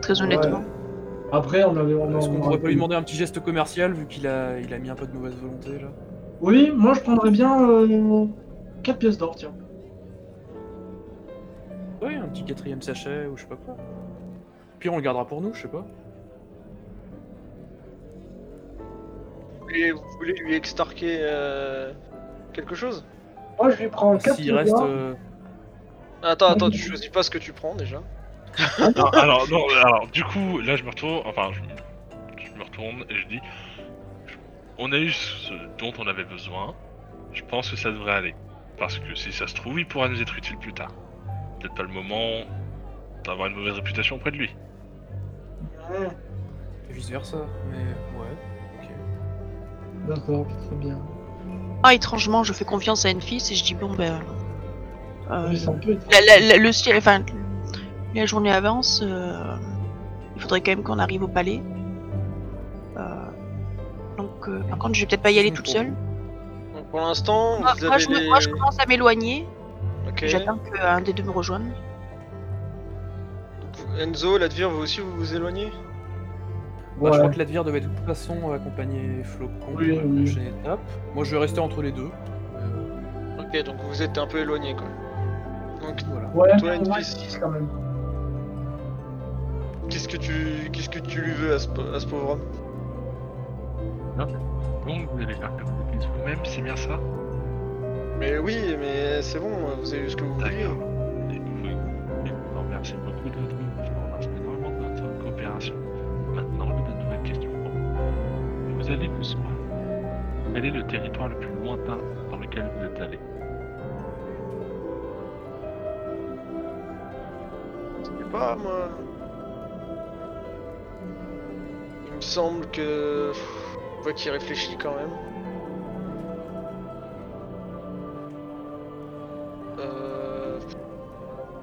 S6: Très honnêtement.
S3: Après, on avait. On,
S5: Est-ce qu'on
S3: on-
S5: pourrait pas lui demander un petit geste commercial vu qu'il a, il a mis un peu de mauvaise volonté là
S3: Oui, moi, je prendrais bien. Euh, 4 pièces d'or, tiens.
S5: Oui, un petit quatrième sachet ou je sais pas quoi. Puis on le gardera pour nous, je sais pas.
S2: Vous voulez, vous voulez lui extorquer euh, quelque chose
S3: Moi, je lui prends 4
S5: S'il
S3: pièces
S5: reste.
S3: d'or.
S5: euh,
S2: Attends, attends, tu choisis pas ce que tu prends déjà.
S4: Non, Ah, alors, non, alors, du coup, là, je me retourne, enfin, je, je me retourne et je dis on a eu ce dont on avait besoin, je pense que ça devrait aller. Parce que si ça se trouve, il pourra nous être utile plus tard. Peut-être pas le moment d'avoir une mauvaise réputation auprès de lui.
S3: Ouais,
S5: vice versa, mais ouais. ok.
S3: D'accord, très bien.
S6: Ah, étrangement, je fais confiance à Enfis et je dis bon, ben. euh,
S3: Mais ça peut être-
S6: la- la- la- le ciel, enfin, la journée avance. euh, il faudrait quand même qu'on arrive au palais. Euh, donc, euh, par contre, je vais peut-être pas y aller toute seule.
S2: Donc pour l'instant,
S6: Moi,
S2: vous
S6: Ah, moi,
S2: avez
S6: je, me-
S2: les-
S6: moi, je commence à m'éloigner.
S2: Ok.
S6: J'attends qu'un des deux me rejoigne.
S2: Enzo, Ladvir, vous aussi vous vous éloignez
S5: Bah, je
S3: Ouais.
S5: crois que l'advir devait de toute façon accompagner Flocon
S3: Oui,
S5: pour la
S3: oui.
S5: prochaine étape. Moi je vais rester entre les deux. Euh,
S2: Ok, donc vous êtes un peu éloigné quoi. Donc
S5: voilà.
S3: Ouais,
S2: Toi,
S3: mais
S2: une
S3: moi,
S2: pièce.
S3: je dis quand même.
S2: qu'est-ce que tu qu'est-ce que tu lui veux à ce, pau- à ce pauvre homme
S4: Donc vous allez faire que vous êtes vous-même, c'est bien ça
S2: Mais oui, mais c'est bon, vous avez vu ce que vous hein. vouliez.
S4: Et vous pouvez et vous en remercier beaucoup de notre Je vous remercie énormément de notre coopération. Maintenant, j'ai de nouvelles questions pour vous. Vous allez plus loin. Quel est le territoire le plus lointain dans lequel vous êtes allé
S2: Je sais pas, moi. Il me semble que. Je vois qu'il réfléchit quand même. Euh...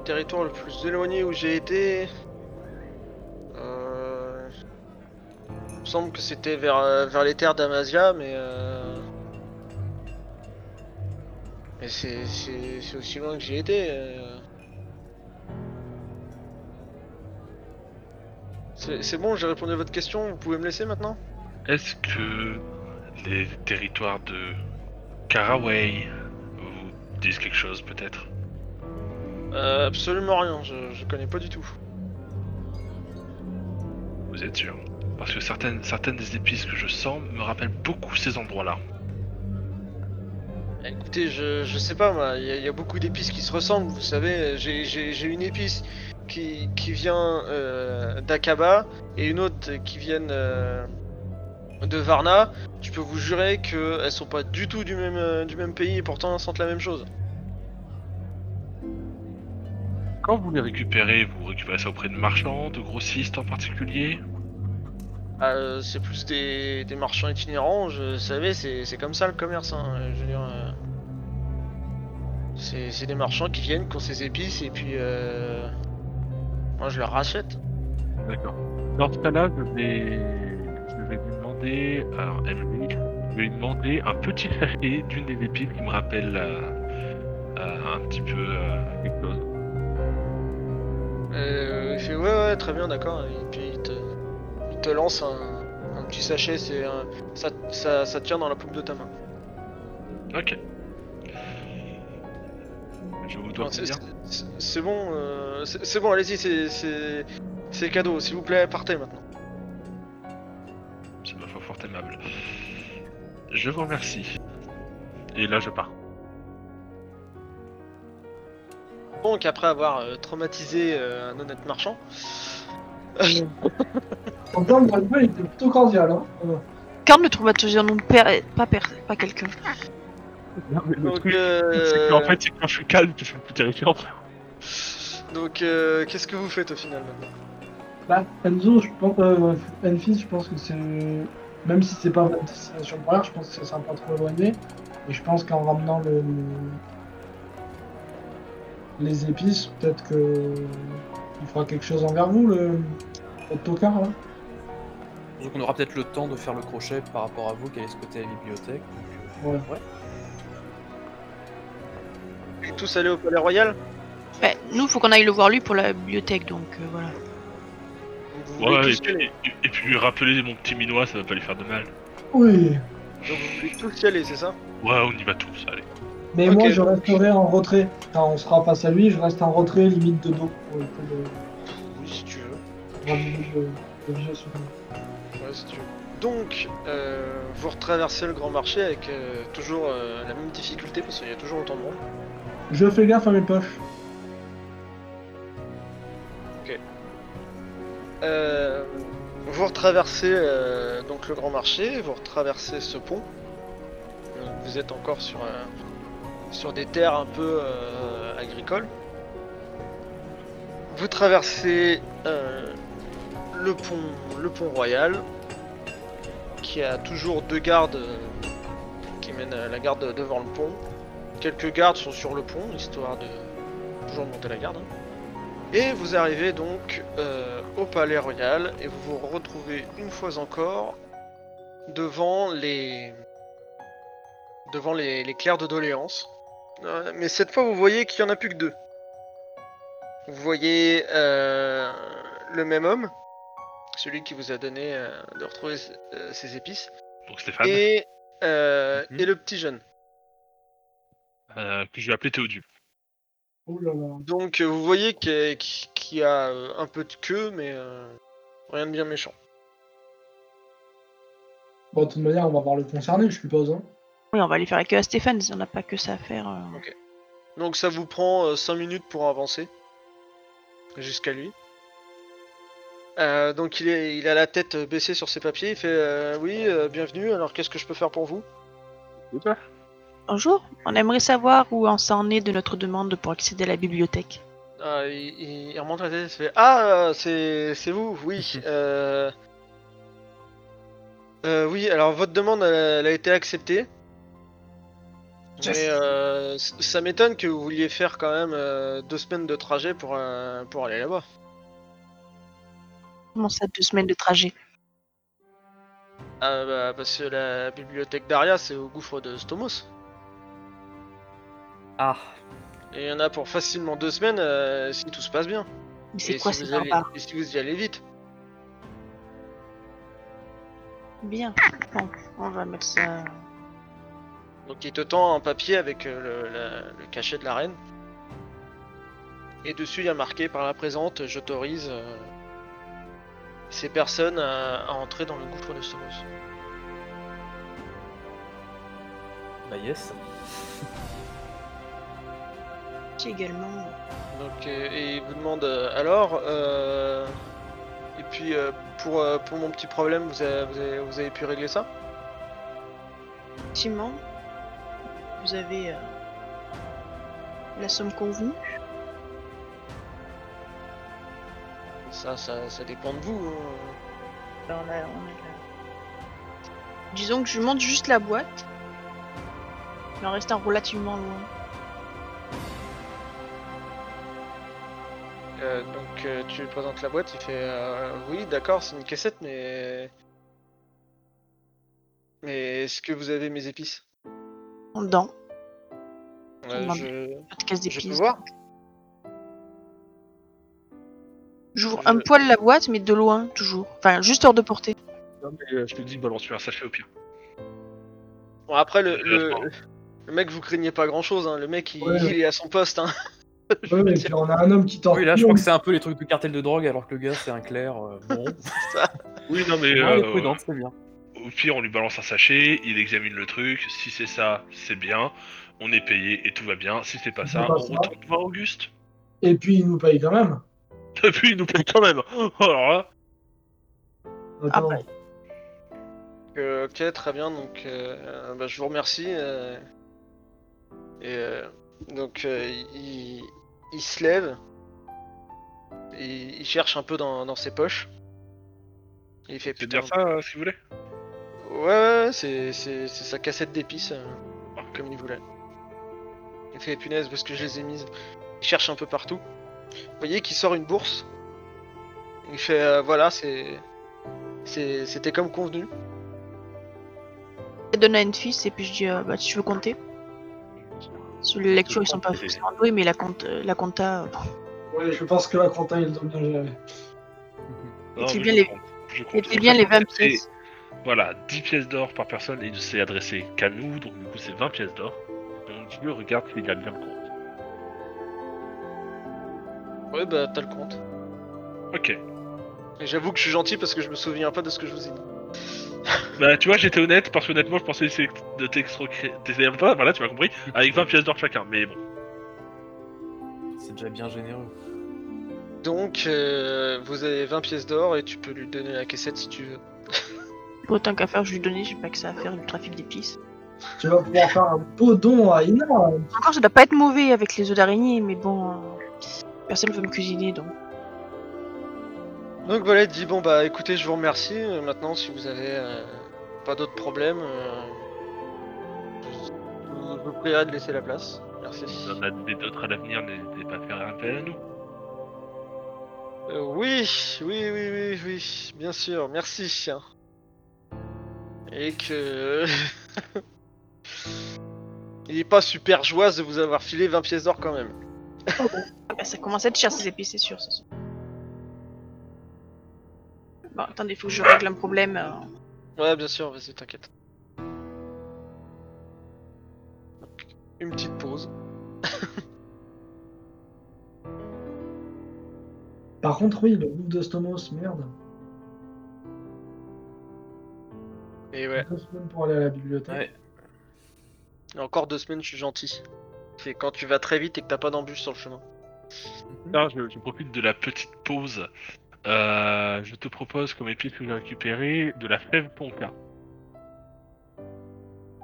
S2: Territoire le plus éloigné où j'ai été. Euh... Il me semble que c'était vers, euh, vers les terres d'Amasia, mais. Euh... Mais c'est- c'est c'est aussi loin que j'ai été. euh. C'est c'est bon, j'ai répondu à votre question, vous pouvez me laisser maintenant
S4: Est-ce que les territoires de Karaway vous disent quelque chose peut-être
S2: Euh, absolument rien, je, je connais pas du tout.
S4: Vous êtes sûr Parce que certaines, certaines des épices que je sens me rappellent beaucoup ces endroits-là.
S2: Écoutez, je, je sais pas, moi, il y, a- il y a beaucoup d'épices qui se ressemblent, vous savez. J'ai- J'ai j'ai une épice qui, qui vient euh, d'Akaba et une autre qui viennent euh, de Varna. Je peux vous jurer qu'elles sont pas du tout du même, euh, du même pays et pourtant elles sentent la même chose.
S4: Quand vous les récupérez, vous récupérez ça auprès de marchands, de grossistes en particulier
S2: Ah, euh, c'est plus des, des marchands itinérants, je vous savez, c'est c'est comme ça le commerce. hein, euh, je veux dire, euh, c'est c'est des marchands qui viennent, qui ont ces épices et puis euh, moi je leur rachète.
S4: D'accord. Dans ce cas-là, je vais, je vais lui demander, alors Emily, je vais lui demander un petit sachet d'une des épices qui me rappelle euh, euh, un petit peu euh, quelque chose.
S2: Euh, il fait ouais ouais très bien d'accord et puis il te, il te lance un, un petit sachet, c'est un- ça, ça, ça tient dans la paume de ta main.
S4: Ok. Je vous dois
S2: Enfin, c'est-
S4: combien
S2: c'est- C'est bon, euh, c'est c'est bon allez-y, c'est- c'est c'est cadeau, s'il vous plaît partez maintenant.
S4: C'est ma foi fort aimable. Je vous remercie. Et là, je pars.
S2: Donc après avoir euh, traumatisé euh, un honnête marchand,
S3: En termes d'alcool, il était plutôt cordial. Hein. Euh,
S6: Quand le traumatiseur nous perd, pas, per- pas quelqu'un.
S2: donc
S4: C'est
S2: euh,
S4: qu'en fait, c'est quand je suis calme que je suis le plus terrifiant.
S2: donc euh, qu'est-ce que vous faites au final maintenant
S3: Bah, Enzo, je pense, euh, Enfis, je pense que c'est. Même si c'est pas votre destination première, je pense que c'est sympa trop éloigné. Et je pense qu'en ramenant le... les épices, peut-être que. Il fera quelque chose envers vous, le. Votre tocard, là.
S5: Donc on aura peut-être le temps de faire le crochet par rapport à vous qui allez scotter la bibliothèque.
S3: Ouais.
S2: Vous êtes tous allés au Palais Royal
S6: Ouais, nous, faut qu'on aille le voir lui pour la bibliothèque, donc euh, voilà.
S2: Donc, vous voulez
S4: Ouais, et
S2: tous y aller.
S4: puis, et puis lui rappeler mon petit minois, ça va pas lui faire de mal.
S3: Oui.
S2: Donc, vous voulez tous y aller, c'est ça
S4: Ouais, on y va tous, allez.
S3: Mais
S2: Ok.
S3: moi, je resterai en retrait. Enfin, on sera face à lui, je reste en retrait, limite de dos. Pour le coup de-
S2: Oui si tu veux.
S3: pour éviter de- de viser sur lui.
S2: Ouais, si tu veux. Donc euh, vous retraversez le grand marché avec euh, toujours euh, la même difficulté parce qu'il y a toujours autant de monde.
S3: Je fais gaffe à mes poches.
S2: Euh, vous retraversez euh, donc le grand marché, vous retraversez ce pont. Donc, vous êtes encore sur, euh, sur des terres un peu euh, agricoles. Vous traversez euh, le, pont, le pont royal, qui a toujours deux gardes euh, qui mènent euh, la garde devant le pont. Quelques gardes sont sur le pont, histoire de toujours monter la garde. hein. Et vous arrivez donc euh, au palais royal et vous vous retrouvez une fois encore devant les devant les, les clercs de doléance. Euh, mais cette fois, vous voyez qu'il n'y en a plus que deux. Vous voyez euh, le même homme, celui qui vous a donné euh, de retrouver euh, ses épices,
S4: Donc Stéphane,
S2: et, euh,
S4: Ah Mhm.
S2: et le petit jeune.
S4: euh, puis je vais appeler Théodu.
S3: Oh là là.
S2: Donc euh, vous voyez qu'il qu'il y a euh, un peu de queue, mais euh, rien de bien méchant.
S3: Bon, de toute manière, on va voir le concerné, je suppose. Hein.
S6: Oui, on va aller faire la queue à Stéphane, si on n'a pas que ça à faire. euh.
S2: Donc ça vous prend 5 minutes pour avancer jusqu'à lui. Euh, donc il, est, il a la tête baissée sur ses papiers, il fait euh, oui, euh, bienvenue, alors qu'est-ce que je peux faire pour vous
S6: Bonjour, on aimerait savoir où on s'en est de notre demande pour accéder à la bibliothèque.
S2: Ah, il, il- il remonte la tête, il fait Ah, c'est c'est vous, oui. euh. Euh, oui, alors votre demande elle, elle a été acceptée.
S3: Yes.
S2: Mais euh, c- ça m'étonne que vous vouliez faire quand même euh, deux semaines de trajet pour, euh, pour aller là-bas.
S6: Comment ça, deux semaines de trajet
S2: Ah, bah, parce que la bibliothèque d'Aria c'est au gouffre de Stomos.
S5: Ah,
S2: Et il y en a pour facilement deux semaines euh, si tout se passe bien.
S6: Mais c'est
S2: Et
S6: quoi
S2: si
S6: ces
S2: vous allez-
S6: barbares
S2: et si vous y allez vite.
S6: Bien, bon, on va mettre ça.
S2: Donc il te tend un papier avec euh, le, la- le cachet de la reine. Et dessus il y a marqué par la présente j'autorise euh, ces personnes à, à entrer dans le gouffre de Stomos.
S5: bah yes.
S6: J'ai également.
S2: Donc euh, et il vous demande euh, alors euh, et puis euh, pour, euh, pour mon petit problème vous avez, vous avez- vous avez pu régler ça
S6: Effectivement, vous avez euh, la somme convenue.
S2: ça, ça ça dépend de vous. hein.
S6: Ben, on a- on a la- Disons que je monte juste la boîte, mais en restant relativement loin.
S2: Euh, donc euh, tu lui présentes la boîte, il fait euh, oui d'accord c'est une cassette mais mais est-ce que vous avez mes épices
S6: En dedans,
S2: Euh,
S6: demande-
S2: je-
S6: pas de casse
S2: Je peux
S6: d'épices.
S2: voir
S6: J'ouvre
S2: Je-
S6: un poil la boîte, mais de loin, toujours. Enfin, juste hors de portée.
S4: Non, mais euh, je te dis, balance tu un sachet au pire. Euh,
S2: Bon, après, le,
S6: Euh,
S4: Je
S2: le,
S4: prends.
S2: le mec, vous craignez pas grand chose. Hein. Le mec, il,
S3: Ouais.
S2: il est à son poste. Hein.
S3: Ouais, et puis on a un homme qui tord.
S5: Oui, là, je crois que c'est un peu les trucs de cartel de drogue, alors que le gars, c'est un clerc. euh, bon,
S4: Oui, non, mais.
S5: Ouais, elle est
S4: euh,
S5: prudente, c'est bien.
S4: Au pire, on lui balance un sachet, il examine le truc. Si c'est ça, c'est bien. On est payé et tout va bien. Si c'est pas
S3: C'est
S4: ça,
S3: pas
S4: on
S3: ça.
S4: retourne voir Auguste.
S3: Et puis il nous paye quand même.
S4: Et puis, il nous paye quand même. Oh, Alors là,
S2: Ah
S3: Attends,
S6: bah.
S2: Euh, ok, très bien. Donc, euh, bah, je vous remercie. euh, et euh, donc, euh, il, il se lève. Il, il cherche un peu dans, dans ses poches. Et il fait
S4: c'est
S2: putain.
S4: dire ça, euh, si vous voulez.
S2: Ouais, ouais, ouais, c'est c'est- c'est sa cassette d'épices, euh, comme il voulait. Il fait punaise parce que je les ai mises. Il cherche un peu partout. Vous voyez qu'il sort une bourse. Il fait euh, voilà, c'est. c'est- C'était comme convenu.
S6: Je donne à une fille, et puis je dis, euh, bah, tu veux compter Sur les lectures, ils sont pas
S4: compter.
S6: forcément doués, mais la, compte, euh, la compta. euh,
S3: ouais, je pense que la compta, il doit bien gérer.
S4: Non,
S6: c'est
S4: mais
S6: bien
S4: je
S6: les-
S4: comprends, je
S6: Mettez
S4: comprends.
S6: bien les 20
S4: C'est-
S6: pièces.
S4: Voilà, 10 pièces d'or par personne et il s'est adressé qu'à nous, donc du coup, c'est 20 pièces d'or. Donc, je regarde s'il a bien le compte.
S2: Ouais, bah t'as le compte.
S4: Ok.
S2: Et j'avoue que je suis gentil parce que je me souviens pas de ce que je vous ai dit.
S4: Bah, tu vois, j'étais honnête parce que honnêtement, je pensais essayer de t'extroquer. t'essayer- Voilà, voilà, tu m'as compris. Avec 20 pièces d'or chacun, mais bon.
S5: C'est déjà bien généreux.
S2: Donc, euh, vous avez 20 pièces d'or et tu peux lui donner la cassette si tu veux.
S6: Autant qu'à faire, je lui donnais, j'ai pas que ça à faire du trafic d'épices.
S3: Tu vas pouvoir faire un beau don à Ina.
S6: Encore, ça doit pas être mauvais avec les œufs d'araignée, mais bon, euh, personne veut me cuisiner donc.
S2: Donc voilà, il dit bon bah écoutez, je vous remercie. Euh, Maintenant, si vous avez euh, pas d'autres problèmes, euh, je vous- je vous prierai de laisser la place. Merci.
S4: Il y en a des- d'autres à l'avenir, n'hésitez pas à faire appel à nous.
S2: Euh, oui, oui, oui, oui, oui, bien sûr, merci. hein. Et que. il est pas super joyeux de vous avoir filé 20 pièces d'or quand même.
S6: Ah bah, ça commence à être cher ces épices, c'est sûr, c'est sûr. Bon, attendez, faut que je règle un problème. euh.
S2: Ouais, bien sûr, vas-y, t'inquiète. Une petite pause.
S3: Par contre, oui, le groupe de Stomos, merde.
S2: Et ouais.
S3: Deux semaines pour aller à la bibliothèque.
S5: Ouais.
S2: Et encore deux semaines, je suis gentil. C'est quand tu vas très vite et que t'as pas d'embûche sur le chemin.
S4: Tiens, je, je profite de la petite pause. Euh, je te propose comme épice que j'ai récupéré de la fève ponca.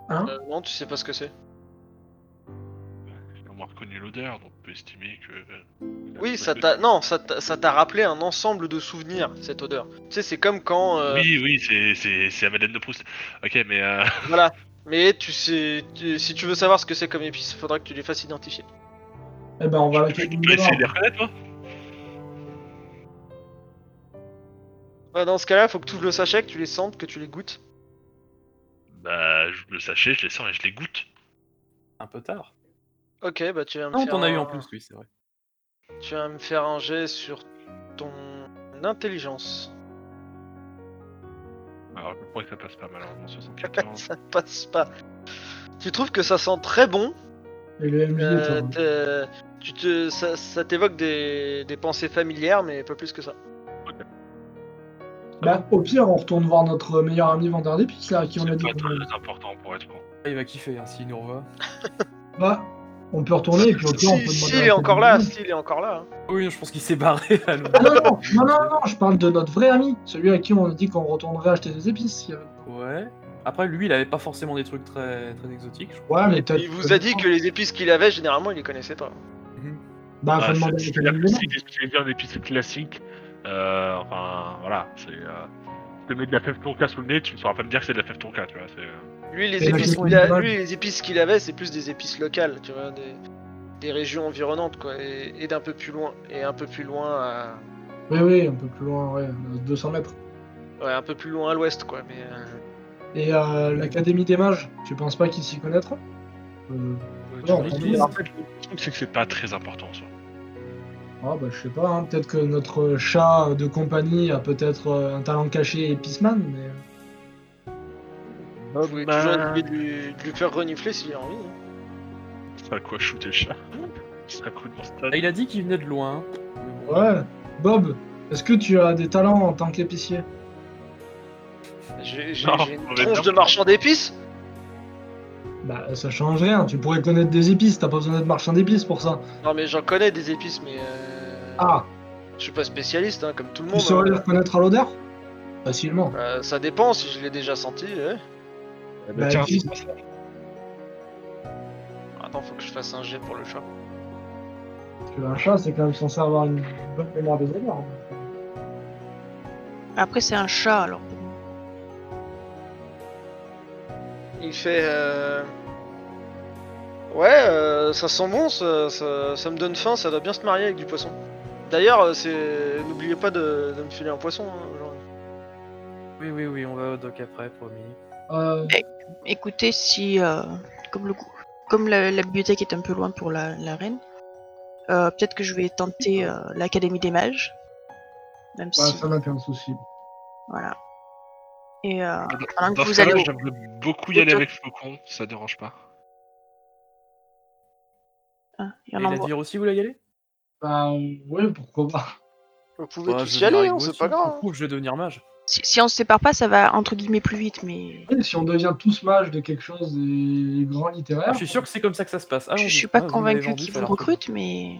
S3: Hein
S2: Euh, non, tu sais pas ce que
S5: Bah,
S2: c'est.
S4: J'ai au moins reconnu l'odeur, donc on peut estimer que. euh,
S2: Oui,
S4: la-
S2: ça t'a non, ça t'a ça t'a rappelé un ensemble de souvenirs cette odeur. Tu sais, c'est comme quand euh,
S4: Oui, oui, c'est- c'est c'est la Madeleine de Proust. Ok, mais euh,
S2: voilà. Mais tu sais, tu- si tu veux savoir ce que c'est comme épice, faudra que tu les fasses identifier.
S3: Eh ben, on va à la
S4: tu
S3: cabine
S4: tu peux
S3: de
S4: essayer de
S3: l'arbre.
S4: les reconnaître, toi
S2: Ouais, dans ce cas-là, faut que tu ouvres le sachet, que tu les sentes, que tu les goûtes.
S4: Bah, je le sachet, je les sens et je les goûte.
S5: Un peu tard.
S2: Ok, bah tu vas me
S5: Non,
S2: faire
S5: t'en as eu
S2: un-
S5: en plus, oui, c'est vrai.
S2: Tu vas me faire un jet sur ton intelligence.
S4: Alors, je crois que ça passe pas malheureusement. 74.
S2: ça passe pas. Tu trouves que ça sent très bon.
S3: Et le MJ est
S2: euh,
S3: en-
S2: t'es- tu te, ça ça t'évoque des, des pensées familières, mais pas plus que ça.
S3: Bah, au pire, on retourne voir notre meilleur ami Vandardip, là, à qui on a
S4: C'est
S3: dit.
S4: pas
S3: qu'on-
S4: très important pour être con.
S5: Ah, il va kiffer hein, s'il nous revoit.
S3: Bah, on peut retourner et puis au
S2: Si,
S3: pire, on peut demander.
S2: si,
S3: à
S2: il
S3: la
S2: est
S3: cabine
S2: encore
S3: de
S2: là,
S3: l'arbre.
S2: si, il est encore là. hein.
S5: Oui, je pense qu'il s'est barré. là, le-
S3: Ah non, non, non, non, non, je parle de notre vrai ami, celui à qui on a dit qu'on retournerait acheter des épices.
S5: Ouais. Après, lui, il avait pas forcément des trucs très, très exotiques, je crois.
S3: Ouais, Ah, mais peut-être.
S2: Il vous a dit que les épices qu'il avait, généralement, il les connaissait pas.
S3: Bah, faut
S4: Ah,
S3: demander
S4: c'est-
S3: à la
S4: c'est
S3: cabine de
S4: la-
S3: l'arbre.
S4: c'est- c'est- c'est bien des pistes classiques. Euh, enfin, voilà, c'est. euh, tu te mets de la fève tonka sous le nez, tu ne sauras pas me dire que c'est de la fève tonka, tu vois. c'est, euh,
S2: Lui, les
S3: Et la
S2: épices
S3: choucroute
S2: qu'il a-
S3: de Bâle.
S2: lui, les épices qu'il avait, c'est plus des épices locales, tu vois, des, des régions environnantes, quoi, et, et d'un peu plus loin, et un peu plus loin, à,
S3: Oui, oui, un peu plus loin, ouais, euh, 200 mètres.
S2: ouais, un peu plus loin à l'ouest, quoi. Mais euh,
S3: Et euh, l'Académie des Mages, tu penses pas qu'ils s'y connaîtront euh,
S4: tu
S3: on
S4: vois,
S3: peut
S4: mais
S3: dire.
S4: en fait, le truc, c'est que c'est pas très important en soi.
S3: Ah bah je sais pas, hein, peut-être que notre chat de compagnie a peut-être euh, un talent caché épiceman, mais...
S2: vous pouvez toujours essayer de lui, de lui faire renifler s'il a envie. hein.
S4: C'est pas quoi shooter le chat. C'est un coup de mon stade.
S5: Ah, Il a dit qu'il venait de loin. mais bon.
S3: Ouais, Bob, est-ce que tu as des talents en tant qu'épicier
S2: J'ai j'ai-
S4: Non,
S2: j'ai une
S4: mauvais
S2: tronche
S4: terme.
S2: de marchand d'épices.
S3: Bah ça change rien, tu pourrais connaître des épices, t'as pas besoin d'être marchand d'épices pour ça.
S2: Non, mais j'en connais des épices, mais euh,
S3: Ah,
S2: je suis pas spécialiste, hein, comme tout le
S3: tu
S2: monde.
S3: saurais les
S2: hein.
S3: reconnaître à l'odeur Facilement.
S2: Euh, ça dépend si je l'ai déjà senti. ouais.
S4: Bah,
S3: Bah,
S4: tiens,
S3: dis-
S2: Attends, faut que je fasse un jet pour le chat.
S3: Parce que un chat c'est quand même censé avoir une bonne mémoire des odeurs. hein.
S6: Après, c'est un chat, alors.
S2: Il fait. euh, Ouais, euh, ça sent bon, ça, ça- ça me donne faim, ça doit bien se marier avec du poisson. D'ailleurs, euh, c'est. N'oubliez pas de, de me filer un poisson. hein, genre.
S5: Oui, oui, oui, on va au doc après, promis.
S3: Euh,
S6: Écoutez, si, euh, comme, le, cou- comme la, la bibliothèque est un peu loin pour la, la reine, euh, peut-être que je vais tenter euh, l'Académie des Mages. Même
S3: bah,
S6: si.
S3: ça m'a fait un souci.
S6: Voilà. Et euh,
S4: dans-
S2: Ah,
S4: dans
S6: pendant que
S4: ce
S6: vous allez.
S4: cas-là,
S6: au-
S4: J'aimerais beaucoup y aller
S6: au-
S4: avec Flocon, ça dérange pas.
S6: Ah, il y
S5: Et
S6: a un
S5: il a
S6: endroit.
S5: dit aussi, vous voulez y aller
S3: Bah ouais, pourquoi pas.
S2: Vous pouvez
S5: Bah, je
S2: tous y
S5: vais venir
S2: aller,
S5: avec
S2: hein,
S5: vous
S2: c'est
S5: aussi,
S2: pas grave.
S5: pour le coup, je vais devenir mage.
S6: Si, si on se sépare pas, ça va entre guillemets plus vite, mais
S3: Oui, Si on devient tous mages de quelque chose des grands
S5: Ah,
S3: littéraires,
S5: je suis sûr que c'est comme ça que ça se passe.
S6: je
S5: Allons-y.
S6: suis pas
S5: Ah, vous m'avez
S6: convaincu
S5: vendu,
S6: qu'ils
S5: ça a
S6: vous
S5: l'air très
S6: recrutent, mais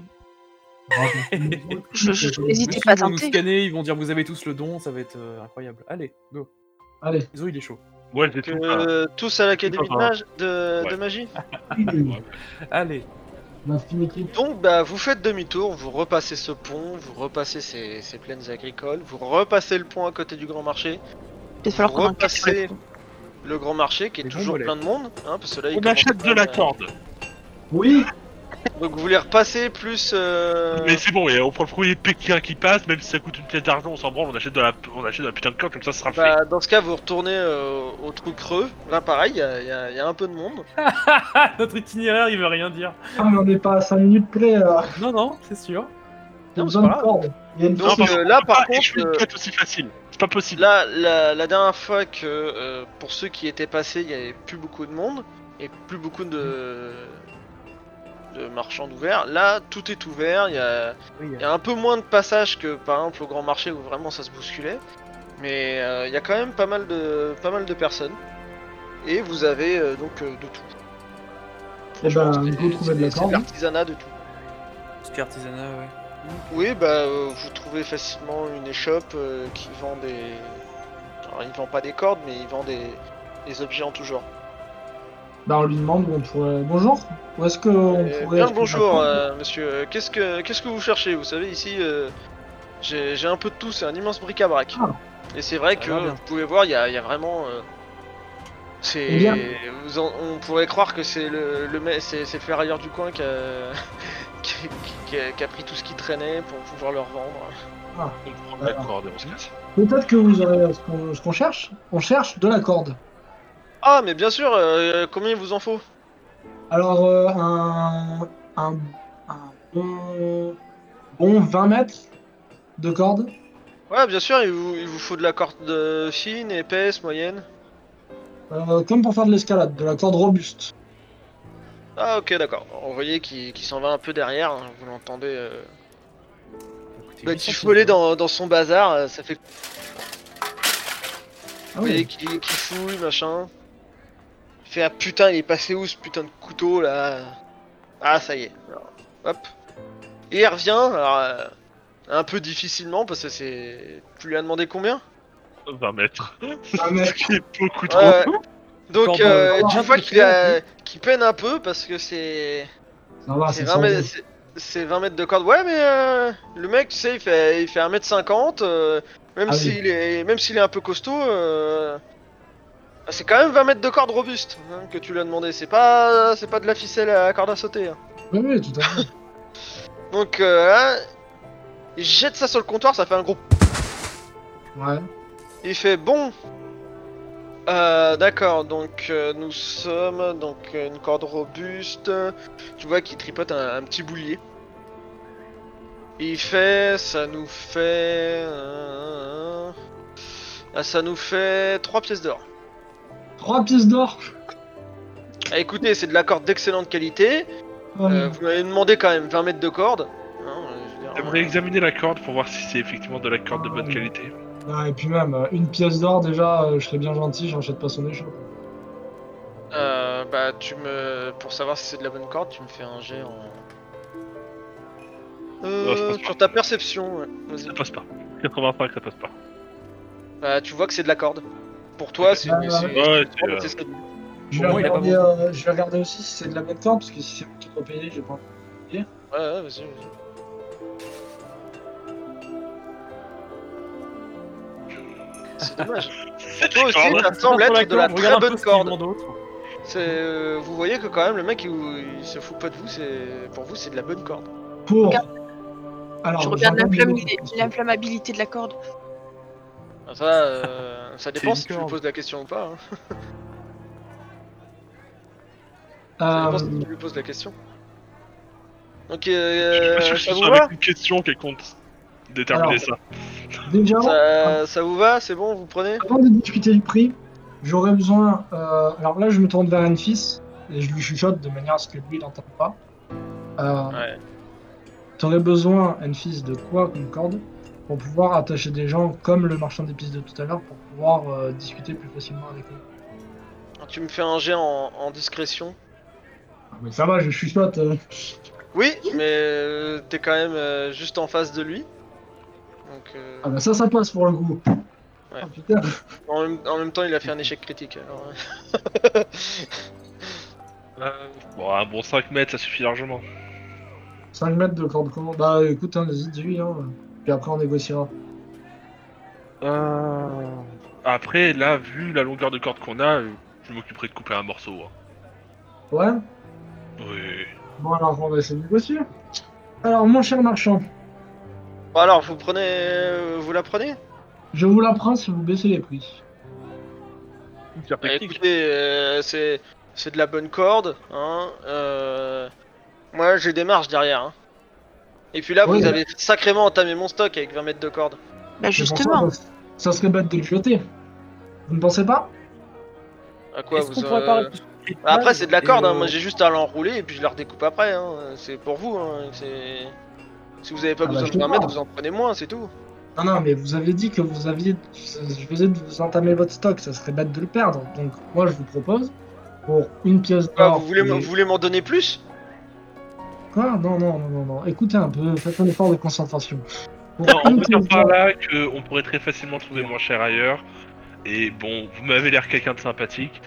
S5: bon.
S6: je, je- je- n'hésitez
S5: Juste,
S6: pas à
S5: ils vont nous
S6: tenter.
S5: scanner, ils vont dire vous avez tous le don, ça va être euh, incroyable. Allez, go.
S3: allez.
S5: Iso, il est chaud.
S4: Ouais, j'ai
S2: Que,
S4: tout.
S2: euh, tous à l'Académie de,
S4: Enfin,
S2: mage- de, de
S4: ouais.
S2: magie.
S5: Allez.
S3: Ma fine équipe.
S2: Donc, bah, vous faites demi-tour, vous repassez ce pont, vous repassez ces, ces plaines agricoles, vous repassez le pont à côté du grand marché.
S6: Il va falloir qu'on enquête sur
S2: repasser
S6: le coup.
S2: Le grand marché qui est
S5: Les
S2: toujours
S5: bons
S2: plein de monde, hein, parce que là, il
S4: On
S2: commence
S4: achète
S2: à
S4: de la
S2: prendre, euh,
S4: corde.
S3: Oui,
S2: Donc, vous voulez repasser plus. euh,
S4: Mais c'est bon, et on prend le premier Pékin qui passe, même si ça coûte une pièce d'argent, on s'en branle, on achète de la, on achète de la putain de corde, comme ça, ce sera fait.
S2: Bah, dans ce cas, vous retournez euh, au trou creux. Là, pareil, il y, a- y a y a un peu de monde.
S5: Ah, notre itinéraire, il veut rien dire.
S3: ah, mais on n'est pas à 5 minutes près. Euh,
S5: Non, non, c'est sûr.
S3: T'as
S2: Non,
S3: besoin
S2: c'est
S3: de
S2: pas
S3: corde. Il y a une
S2: Non,
S3: corde.
S2: parce que euh, là,
S4: on peut
S2: par
S4: pas
S2: contre,
S4: échouer une
S2: euh,
S4: quête aussi facile. C'est pas possible.
S2: Là, la, la dernière fois que, euh, pour ceux qui étaient passés, il n'y avait plus beaucoup de monde et plus beaucoup de, de marchands ouverts. Là, tout est ouvert. Il y a,
S5: Oui, euh,
S2: y a un peu moins de passages que, par exemple, au Grand Marché où vraiment ça se bousculait. Mais euh, il y a quand même pas mal de, pas mal de personnes. Et vous avez euh, donc euh, de tout.
S3: Eh
S2: Franchement,
S3: ben,
S2: c'est-
S3: Nico trouvait de la
S2: c'est- c'est
S3: corde.
S2: l'artisanat de tout.
S5: Petit artisanat, ouais.
S2: Oui, bah euh, vous trouvez facilement une échoppe euh, qui vend des. Alors, il vend pas des cordes, mais il vend des, des objets en tout genre.
S3: Bah, on lui demande où on pourrait. Bonjour Où est-ce qu'on
S2: Euh,
S3: pourrait. acheter
S2: bien le
S3: de
S2: bonjour,
S3: la
S2: euh, monsieur. Euh, Qu'est-ce que qu'est-ce que vous cherchez Vous savez, ici, euh, j'ai j'ai un peu de tout. C'est un immense bric-à-brac.
S3: Ah.
S2: Et c'est vrai
S5: Ça
S2: que
S5: va bien.
S2: vous pouvez voir, il y a, il y a vraiment. euh,
S3: Eh
S2: c'est.
S3: bien.
S2: vous en- On pourrait croire que c'est le, le mec- c'est c'est le ferrailleur du coin qui a, qui, qui- qui a, qui a pris tout ce qui traînait pour pouvoir le revendre.
S4: On prend la
S3: Voilà.
S4: corde et on se casse.
S3: Peut-être que vous avez ce qu'on ce qu'on cherche On cherche de la corde.
S2: Ah, mais bien sûr. euh, combien il vous en faut
S3: Alors, euh, un, un, un bon, bon 20 mètres de corde.
S2: Ouais, bien sûr. Il vous, il vous faut de la corde euh, fine, épaisse, moyenne.
S3: Euh, comme pour faire de l'escalade, de la corde robuste.
S2: Ah, ok, d'accord. Vous voyez qu'il qu'il s'en va un peu derrière. hein, Vous l'entendez. euh, Bah, petit follet dans, dans son bazar, euh, ça fait
S3: Ah
S2: couler, qui, qui fouille, machin. Il Fait ah putain, il est passé où ce putain de couteau là Ah, ça y est. Alors, hop. Et il revient, alors euh, un peu difficilement parce que c'est. Tu lui as demandé combien
S4: 20 mètres.
S3: 20 mètres.
S4: Ce qui est beaucoup trop.
S2: Ouais, ouais. Donc,
S5: Corde,
S2: euh,
S3: corde,
S2: tu vois
S3: corde,
S2: qu'il a- qu'il peine un peu parce que c'est.
S3: Ça va,
S2: C'est
S3: Ah, c'est
S2: 20
S3: sans-
S2: mètres. c'est- C'est 20 mètres de corde. Ouais, mais euh, le mec, tu sais, il fait, il fait 1m50. euh, même
S3: Ah oui.
S2: s'il est, même s'il est un peu costaud, euh, bah, c'est quand même 20 mètres de corde robuste hein, que tu lui as demandé. C'est pas, c'est pas de la ficelle à corde à sauter. hein.
S3: Oui, oui, tout à fait.
S2: Donc, euh, hein, il jette ça sur le comptoir, ça fait un gros.
S3: Ouais.
S2: Il fait bon. Euh, D'accord, donc euh, nous sommes donc une corde robuste. Tu vois qu'il tripote un, un petit boulier. Il fait, ça nous fait, euh, ah, ça nous fait trois pièces d'or.
S3: Trois pièces d'or.
S2: Ah, écoutez, c'est de la corde d'excellente qualité.
S3: Ouais.
S2: Euh, vous m'avez demandé quand même 20 mètres de corde. Hein, euh, je veux dire,
S4: J'aimerais examiner la corde pour voir si c'est effectivement de la corde de bonne qualité.
S3: Ouais, et puis même, euh, une pièce d'or déjà, euh, je serais bien gentil, j'en jette pas son écho.
S2: euh, bah tu me, pour savoir si c'est de la bonne corde, tu me fais un jet en.
S4: Non, je
S2: Euh,
S4: pense pas.
S2: sur ta perception, ouais. Vas-y.
S4: Ça passe pas. 85, ça passe pas.
S2: Bah, tu vois que c'est de la corde. Pour toi, c'est.
S3: Ouais,
S2: c'est-
S4: Ouais, c'est,
S2: c'est-
S4: euh,
S2: c'est ce que-
S3: Je
S5: Pour
S3: vais,
S5: moi, il a pas
S3: regarder, euh, je vais regarder aussi si c'est de la bonne corde, parce que si c'est moi qui dois payer, j'ai pas envie.
S2: Ouais, ouais, vas-y, vas-y. C'est dommage. Toi aussi,
S4: corde.
S2: ça semble être de la très bonne corde.
S5: d'autres.
S2: C'est, euh, vous voyez que quand même le mec, il, il se fout pas de vous. C'est pour vous, c'est de la bonne corde.
S3: Pour.
S6: Regarde.
S3: Alors,
S6: Je regarde l'inflamm-
S3: les-
S6: l'inflammabilité de la corde. Bah,
S2: Ah, Ça, euh, ça dépend
S4: une
S2: si tu lui
S4: corde.
S2: poses la question ou pas. hein. Ça
S3: Euh,
S2: dépend si tu lui poses la question. Donc,
S4: je suis
S2: euh,
S4: pas sûr que
S2: ça
S4: ce
S2: vous
S4: soit
S2: va
S4: avec une question qu'elle compte déterminer
S3: Alors,
S4: ça.
S3: déjà,
S2: ça, ça vous va C'est bon, vous prenez
S3: avant de discuter du prix, j'aurais besoin. euh, alors là, je me tourne vers Enfis et je lui chuchote de manière à ce que lui n'entende pas. Euh,
S2: Ouais.
S3: T'aurais besoin, Enfis, de quoi comme corde pour pouvoir attacher des gens comme le marchand d'épices de tout à l'heure pour pouvoir euh, discuter plus facilement avec eux.
S2: Tu me fais un jet en- en discrétion.
S3: Ah, Mais ça va, je chuchote. euh.
S2: Oui, mais euh, t'es quand même euh, juste en face de lui. Donc, euh,
S3: Ah bah ça, ça passe pour le coup. Ah, putain.
S2: en, même, en même temps, il a fait un échec critique. alors, euh.
S4: Euh, Bon, un bon 5 mètres, ça suffit largement.
S3: 5 mètres de corde comment Bah écoute, hein, vas-y, dis-lui, hein. Puis après on négociera.
S2: Euh,
S4: Après, là, vu la longueur de corde qu'on a, euh, je m'occuperai de couper un morceau. hein.
S3: Ouais
S4: Oui.
S3: Bon alors on va essayer de négocier. Alors mon cher marchand,
S2: Bon, alors, vous prenez, euh, vous la prenez
S3: je vous la prends si vous baissez les prix.
S2: Bah, Écoutez, euh, c'est c'est de la bonne corde. Hein, euh, Moi, j'ai des marges derrière. hein. Et puis là,
S3: Oui,
S2: vous
S3: mais-
S2: avez sacrément entamé mon stock avec 20 mètres de corde.
S6: Bah
S3: C'est pour
S6: justement,
S3: ça, ça serait bête de le jeter. Vous ne pensez pas
S2: À quoi
S5: Est-ce
S2: vous
S5: qu'on pourrait
S2: euh,
S5: pas rajouter des
S2: bah, Après,
S5: pages
S2: c'est de la
S5: et,
S2: corde. hein,
S5: euh,
S2: Moi, j'ai juste à l'enrouler et puis je la redécoupe après. hein, C'est pour vous. hein, c'est- Si vous avez pas
S3: Ah bah,
S2: besoin
S3: je
S2: de
S3: sais
S2: 20 mètres,
S3: pas.
S2: vous en prenez moins, c'est tout.
S3: Non, non, mais vous avez dit que vous aviez. Je faisais de vous entamer votre stock, ça serait bête de le perdre. Donc, moi, je vous propose, pour une pièce
S2: Ah,
S3: d'or.
S2: vous voulez,
S3: et-
S2: m'en- vous voulez m'en donner plus
S3: Quoi Non, non, non, non, non. Écoutez un peu, faites un effort de concentration. Pour
S4: Non, on
S3: une
S4: peut dire
S3: pièce
S4: par
S3: d'or-
S4: là qu'on pourrait très facilement trouver moins cher ailleurs. Et bon, vous m'avez l'air quelqu'un de sympathique.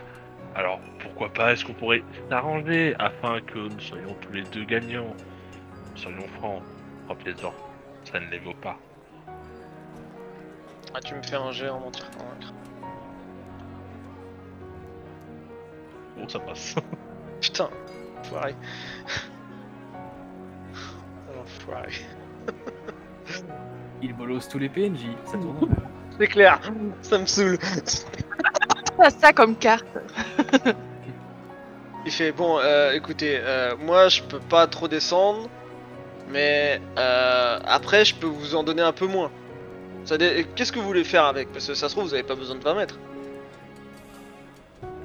S4: Alors pourquoi pas Est-ce qu'on pourrait s'arranger afin que nous soyons tous les deux gagnants Nous soyons francs. En plaisant, ça ne les vaut pas.
S2: Ah, tu me fais un jet en mentir convaincre.
S4: Bon, ça passe.
S2: Putain, enfoiré. enfoiré.
S5: Il bolosse tous les PNJ,
S6: Mmh.
S5: ça tourne en rond.
S2: C'est clair, ça me saoule.
S6: Pas ça comme carte.
S2: Il fait bon, euh, écoutez, euh, moi je peux pas trop descendre, mais euh, après je peux vous en donner un peu moins. Ça dé- Qu'est-ce que vous voulez faire avec Parce que ça se trouve, vous avez pas besoin de 20 mètres.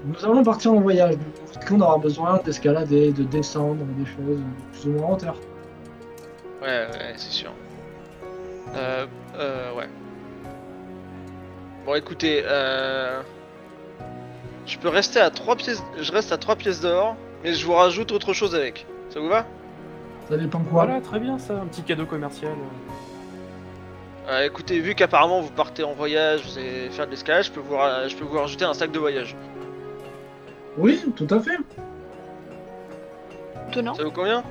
S3: Nous allons partir en voyage. Est-ce qu'on aura besoin d'escalader, de descendre, des choses plus ou moins en hauteur
S2: Ouais, ouais, c'est sûr. Euh, euh, ouais. Bon, écoutez, euh, je peux rester à 3 pièces, je reste à 3 pièces d'or, mais je vous rajoute autre chose avec. Ça vous va
S3: Ça dépend quoi
S5: Voilà, très bien ça, un petit cadeau commercial. euh.
S2: Euh, Écoutez, vu qu'apparemment vous partez en voyage, vous allez faire de l'escalade, je peux vous, ra- je peux vous rajouter un sac de voyage.
S3: Oui, tout à fait,
S6: Étonnant.
S2: Ça vous convient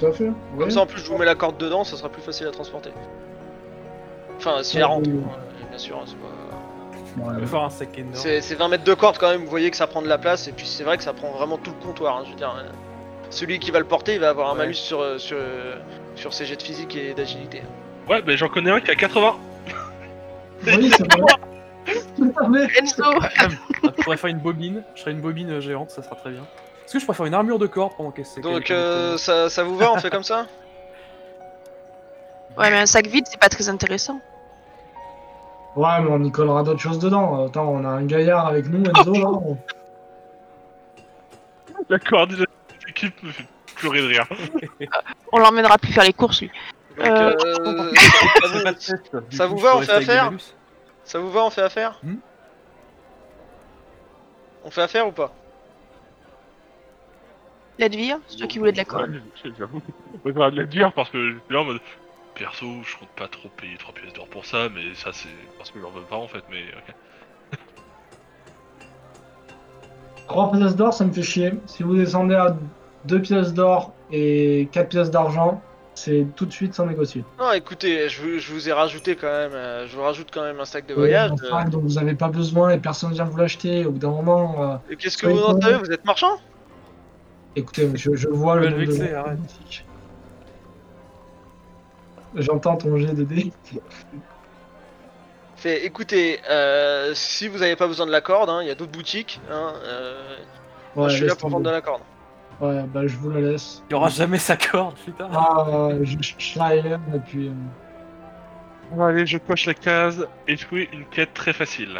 S3: tout à fait.
S2: Comme
S3: oui.
S2: ça en plus je vous mets la corde dedans, ça sera plus facile à transporter. Enfin, si elle
S3: Ouais,
S2: rentre,
S3: oui, oui.
S2: euh, bien sûr. hein, c'est pas-
S5: Il va
S3: Ouais.
S5: falloir un sac énorme.
S2: C'est c'est 20 mètres de corde quand même, vous voyez que ça prend de la place, et puis c'est vrai que ça prend vraiment tout le comptoir. hein, je veux dire, euh, celui qui va le porter, il va avoir un
S5: Ouais.
S2: malus sur, euh, sur, euh, sur ses jets de physique et d'agilité.
S4: Ouais, ben j'en connais un qui a 80.
S3: Oui, c'est vrai. Tout à fait.
S6: Enzo
S5: Ah, Je pourrais faire une bobine, je ferais une bobine euh, géante, ça sera très bien. Est-ce que je pourrais faire une armure de corde pendant qu'elle s'est
S2: Donc
S5: qu'elle-
S2: euh, ça, ça vous va, on fait comme ça
S6: Ouais, mais un sac vide, c'est pas très intéressant.
S3: Ouais, mais on y collera d'autres choses dedans. Attends, on a un gaillard avec nous, Enzo, là. on-
S4: La coordination de l'équipe me fait pleurer de rire.
S6: On l'emmènera plus faire les courses, lui.
S2: Donc,
S6: Euh,
S2: euh, ça
S5: C'est
S2: vous-
S5: pas de test. Du
S2: ça
S5: coup,
S2: vous
S5: je
S2: va,
S5: peux
S2: on
S5: rester
S2: fait
S5: avec des
S2: affaire
S5: malus.
S2: Ça vous va, on fait affaire
S5: Hmm
S2: On fait affaire ou pas
S6: L'advire, c'est toi qui voulais de la corde.
S4: Ouais, J'avoue. On va de la dire parce que je suis là en mode. Perso, je compte pas trop payer 3 pièces d'or pour ça, mais ça c'est parce que j'en veux pas en fait, mais euh, ok.
S3: Trois pièces d'or, ça me fait chier. Si vous descendez à deux pièces d'or et quatre pièces d'argent, c'est tout de suite sans négocier.
S2: Non, écoutez, je vous, je vous ai rajouté quand même, euh, je vous rajoute quand même un sac de voyage.
S3: Et enfin, donc vous avez pas besoin et personne vient vous l'acheter. Au bout d'un moment, euh,
S2: euh, et Qu'est-ce que vous en savez Vous êtes marchand
S3: écoutez, je, je vois
S5: Tu
S3: le.
S5: vas le
S3: nombre de-
S5: vexer, arrête.
S3: J'entends ton jet de dés.
S2: Fait, écoutez, euh, si vous n'avez pas besoin de la corde, hein, il y a d'autres boutiques. Hein, euh, moi,
S3: Ouais,
S2: je suis là
S3: laisse
S2: pour
S3: tomber.
S2: vendre de la corde.
S3: Ouais, bah je vous la laisse.
S5: Il y aura jamais sa corde, putain.
S3: Ah, euh, je- je- Schleier, et puis. euh,
S4: Bon, allez, je coche la case et trouver une quête très facile.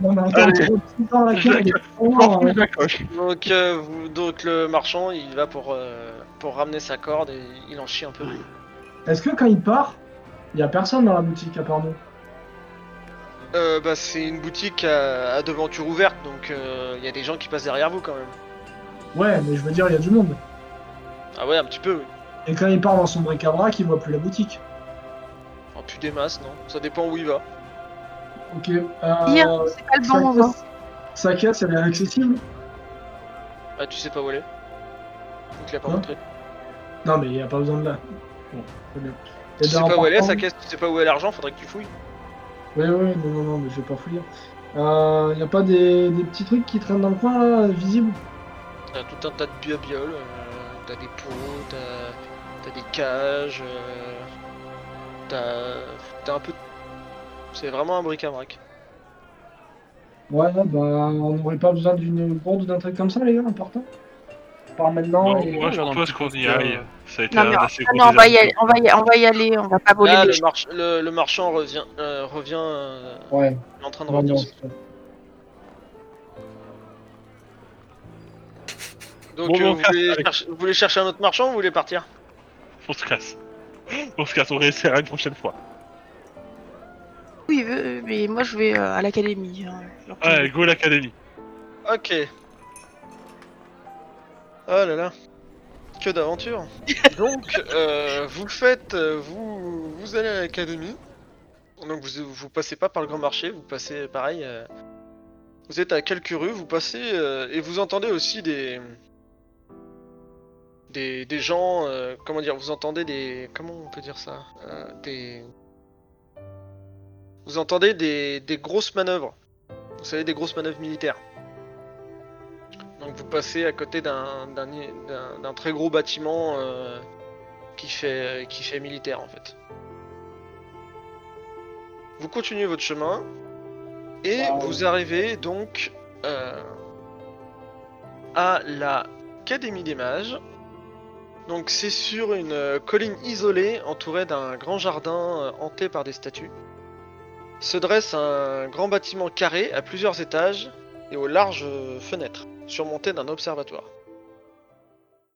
S3: Non, mais attends,
S4: Allez.
S3: tu dans la carte, elle est trop loin, hein.
S4: je la coche.
S2: Donc, euh, vous- donc le marchand, il va pour, euh, pour ramener sa corde et il en chie un peu.
S3: Est-ce que quand il part, il y a personne dans la boutique à part nous
S2: Euh, bah, c'est une boutique à, à devanture ouverte, donc euh, il y a des gens qui passent derrière vous quand même.
S3: Ouais, mais je veux dire, il y a du monde.
S2: Ah ouais, un petit peu, oui.
S3: Et quand il part dans son bric-à-brac, il voit plus la boutique.
S2: Enfin, plus des masses, non Ça dépend où il va.
S3: Ok. Euh,
S6: Hier, c'est pas le
S3: sa,
S6: bon moment.
S3: caisse, sa caisse, elle est accessible
S2: Ah, tu sais pas où aller Donc, il a pas
S3: Quoi
S2: montré.
S3: Non, mais il n'y a pas besoin de la. Bon, très bien.
S2: Tu
S3: Eh
S2: sais
S3: ben, en
S2: pas où elle est, sa
S3: partant-
S2: caisse, tu sais pas où est l'argent, faudrait que tu fouilles.
S3: Oui, oui, non, non, non, mais je vais pas fouiller. Euh, y a pas des, des petits trucs qui traînent dans le coin là, visibles
S2: T'as tout un tas de babioles, euh, t'as des pots, t'as, t'as des cages, euh, t'as, t'as un peu. de- C'est vraiment un bric-à-brac.
S3: Ouais, bah on n'aurait pas besoin d'une bourde ou d'un truc comme ça, les gars, important. Par maintenant.
S4: Bon,
S3: et-
S4: moi je
S5: on va
S4: propose
S5: dans
S4: qu'on
S5: le
S4: y
S5: petit
S4: aille.
S5: poste,
S4: Ça a été
S6: Non,
S4: un
S6: mais
S4: assez
S6: Ah
S4: gros
S6: non, on va, y
S4: désastre.
S6: aller, on, va y, on va y aller, on va pas voler
S2: Là,
S6: les
S2: le,
S6: choses.
S2: march- le, le marchand revient, euh, revient euh,
S3: Ouais,
S2: il est en train de
S3: on va
S2: revenir.
S3: dire ça.
S2: Donc,
S4: Bon,
S2: euh,
S4: bon,
S2: vous, voulez
S4: allez.
S2: euh, chercher, vous voulez chercher un autre marchand ou vous voulez partir
S4: On se casse. On se casse, on réessayera une prochaine fois.
S6: Oui, euh, mais moi je vais euh, à l'académie. hein. Alors que-
S4: Ouais, go l'académie.
S2: Ok. Oh là là. Que d'aventure. Donc, euh, vous faites, euh, vous, vous allez à l'académie. Donc vous, vous passez pas par le grand marché, vous passez pareil. euh, vous êtes à quelques rues, vous passez euh, et vous entendez aussi des des, des gens. euh, comment dire Vous entendez des comment on peut dire ça Euh, Des vous entendez des, des grosses manœuvres. Vous savez des grosses manœuvres militaires. Donc vous passez à côté d'un- d'un d'un- d'un très gros bâtiment euh, qui, fait, qui fait militaire en fait. Vous continuez votre chemin et
S3: Wow.
S2: vous arrivez donc euh, à l'Académie des Mages. Donc c'est sur une euh, colline isolée entourée d'un grand jardin euh, hanté par des statues. Se dresse un grand bâtiment carré à plusieurs étages et aux larges euh, fenêtres surmonté d'un observatoire.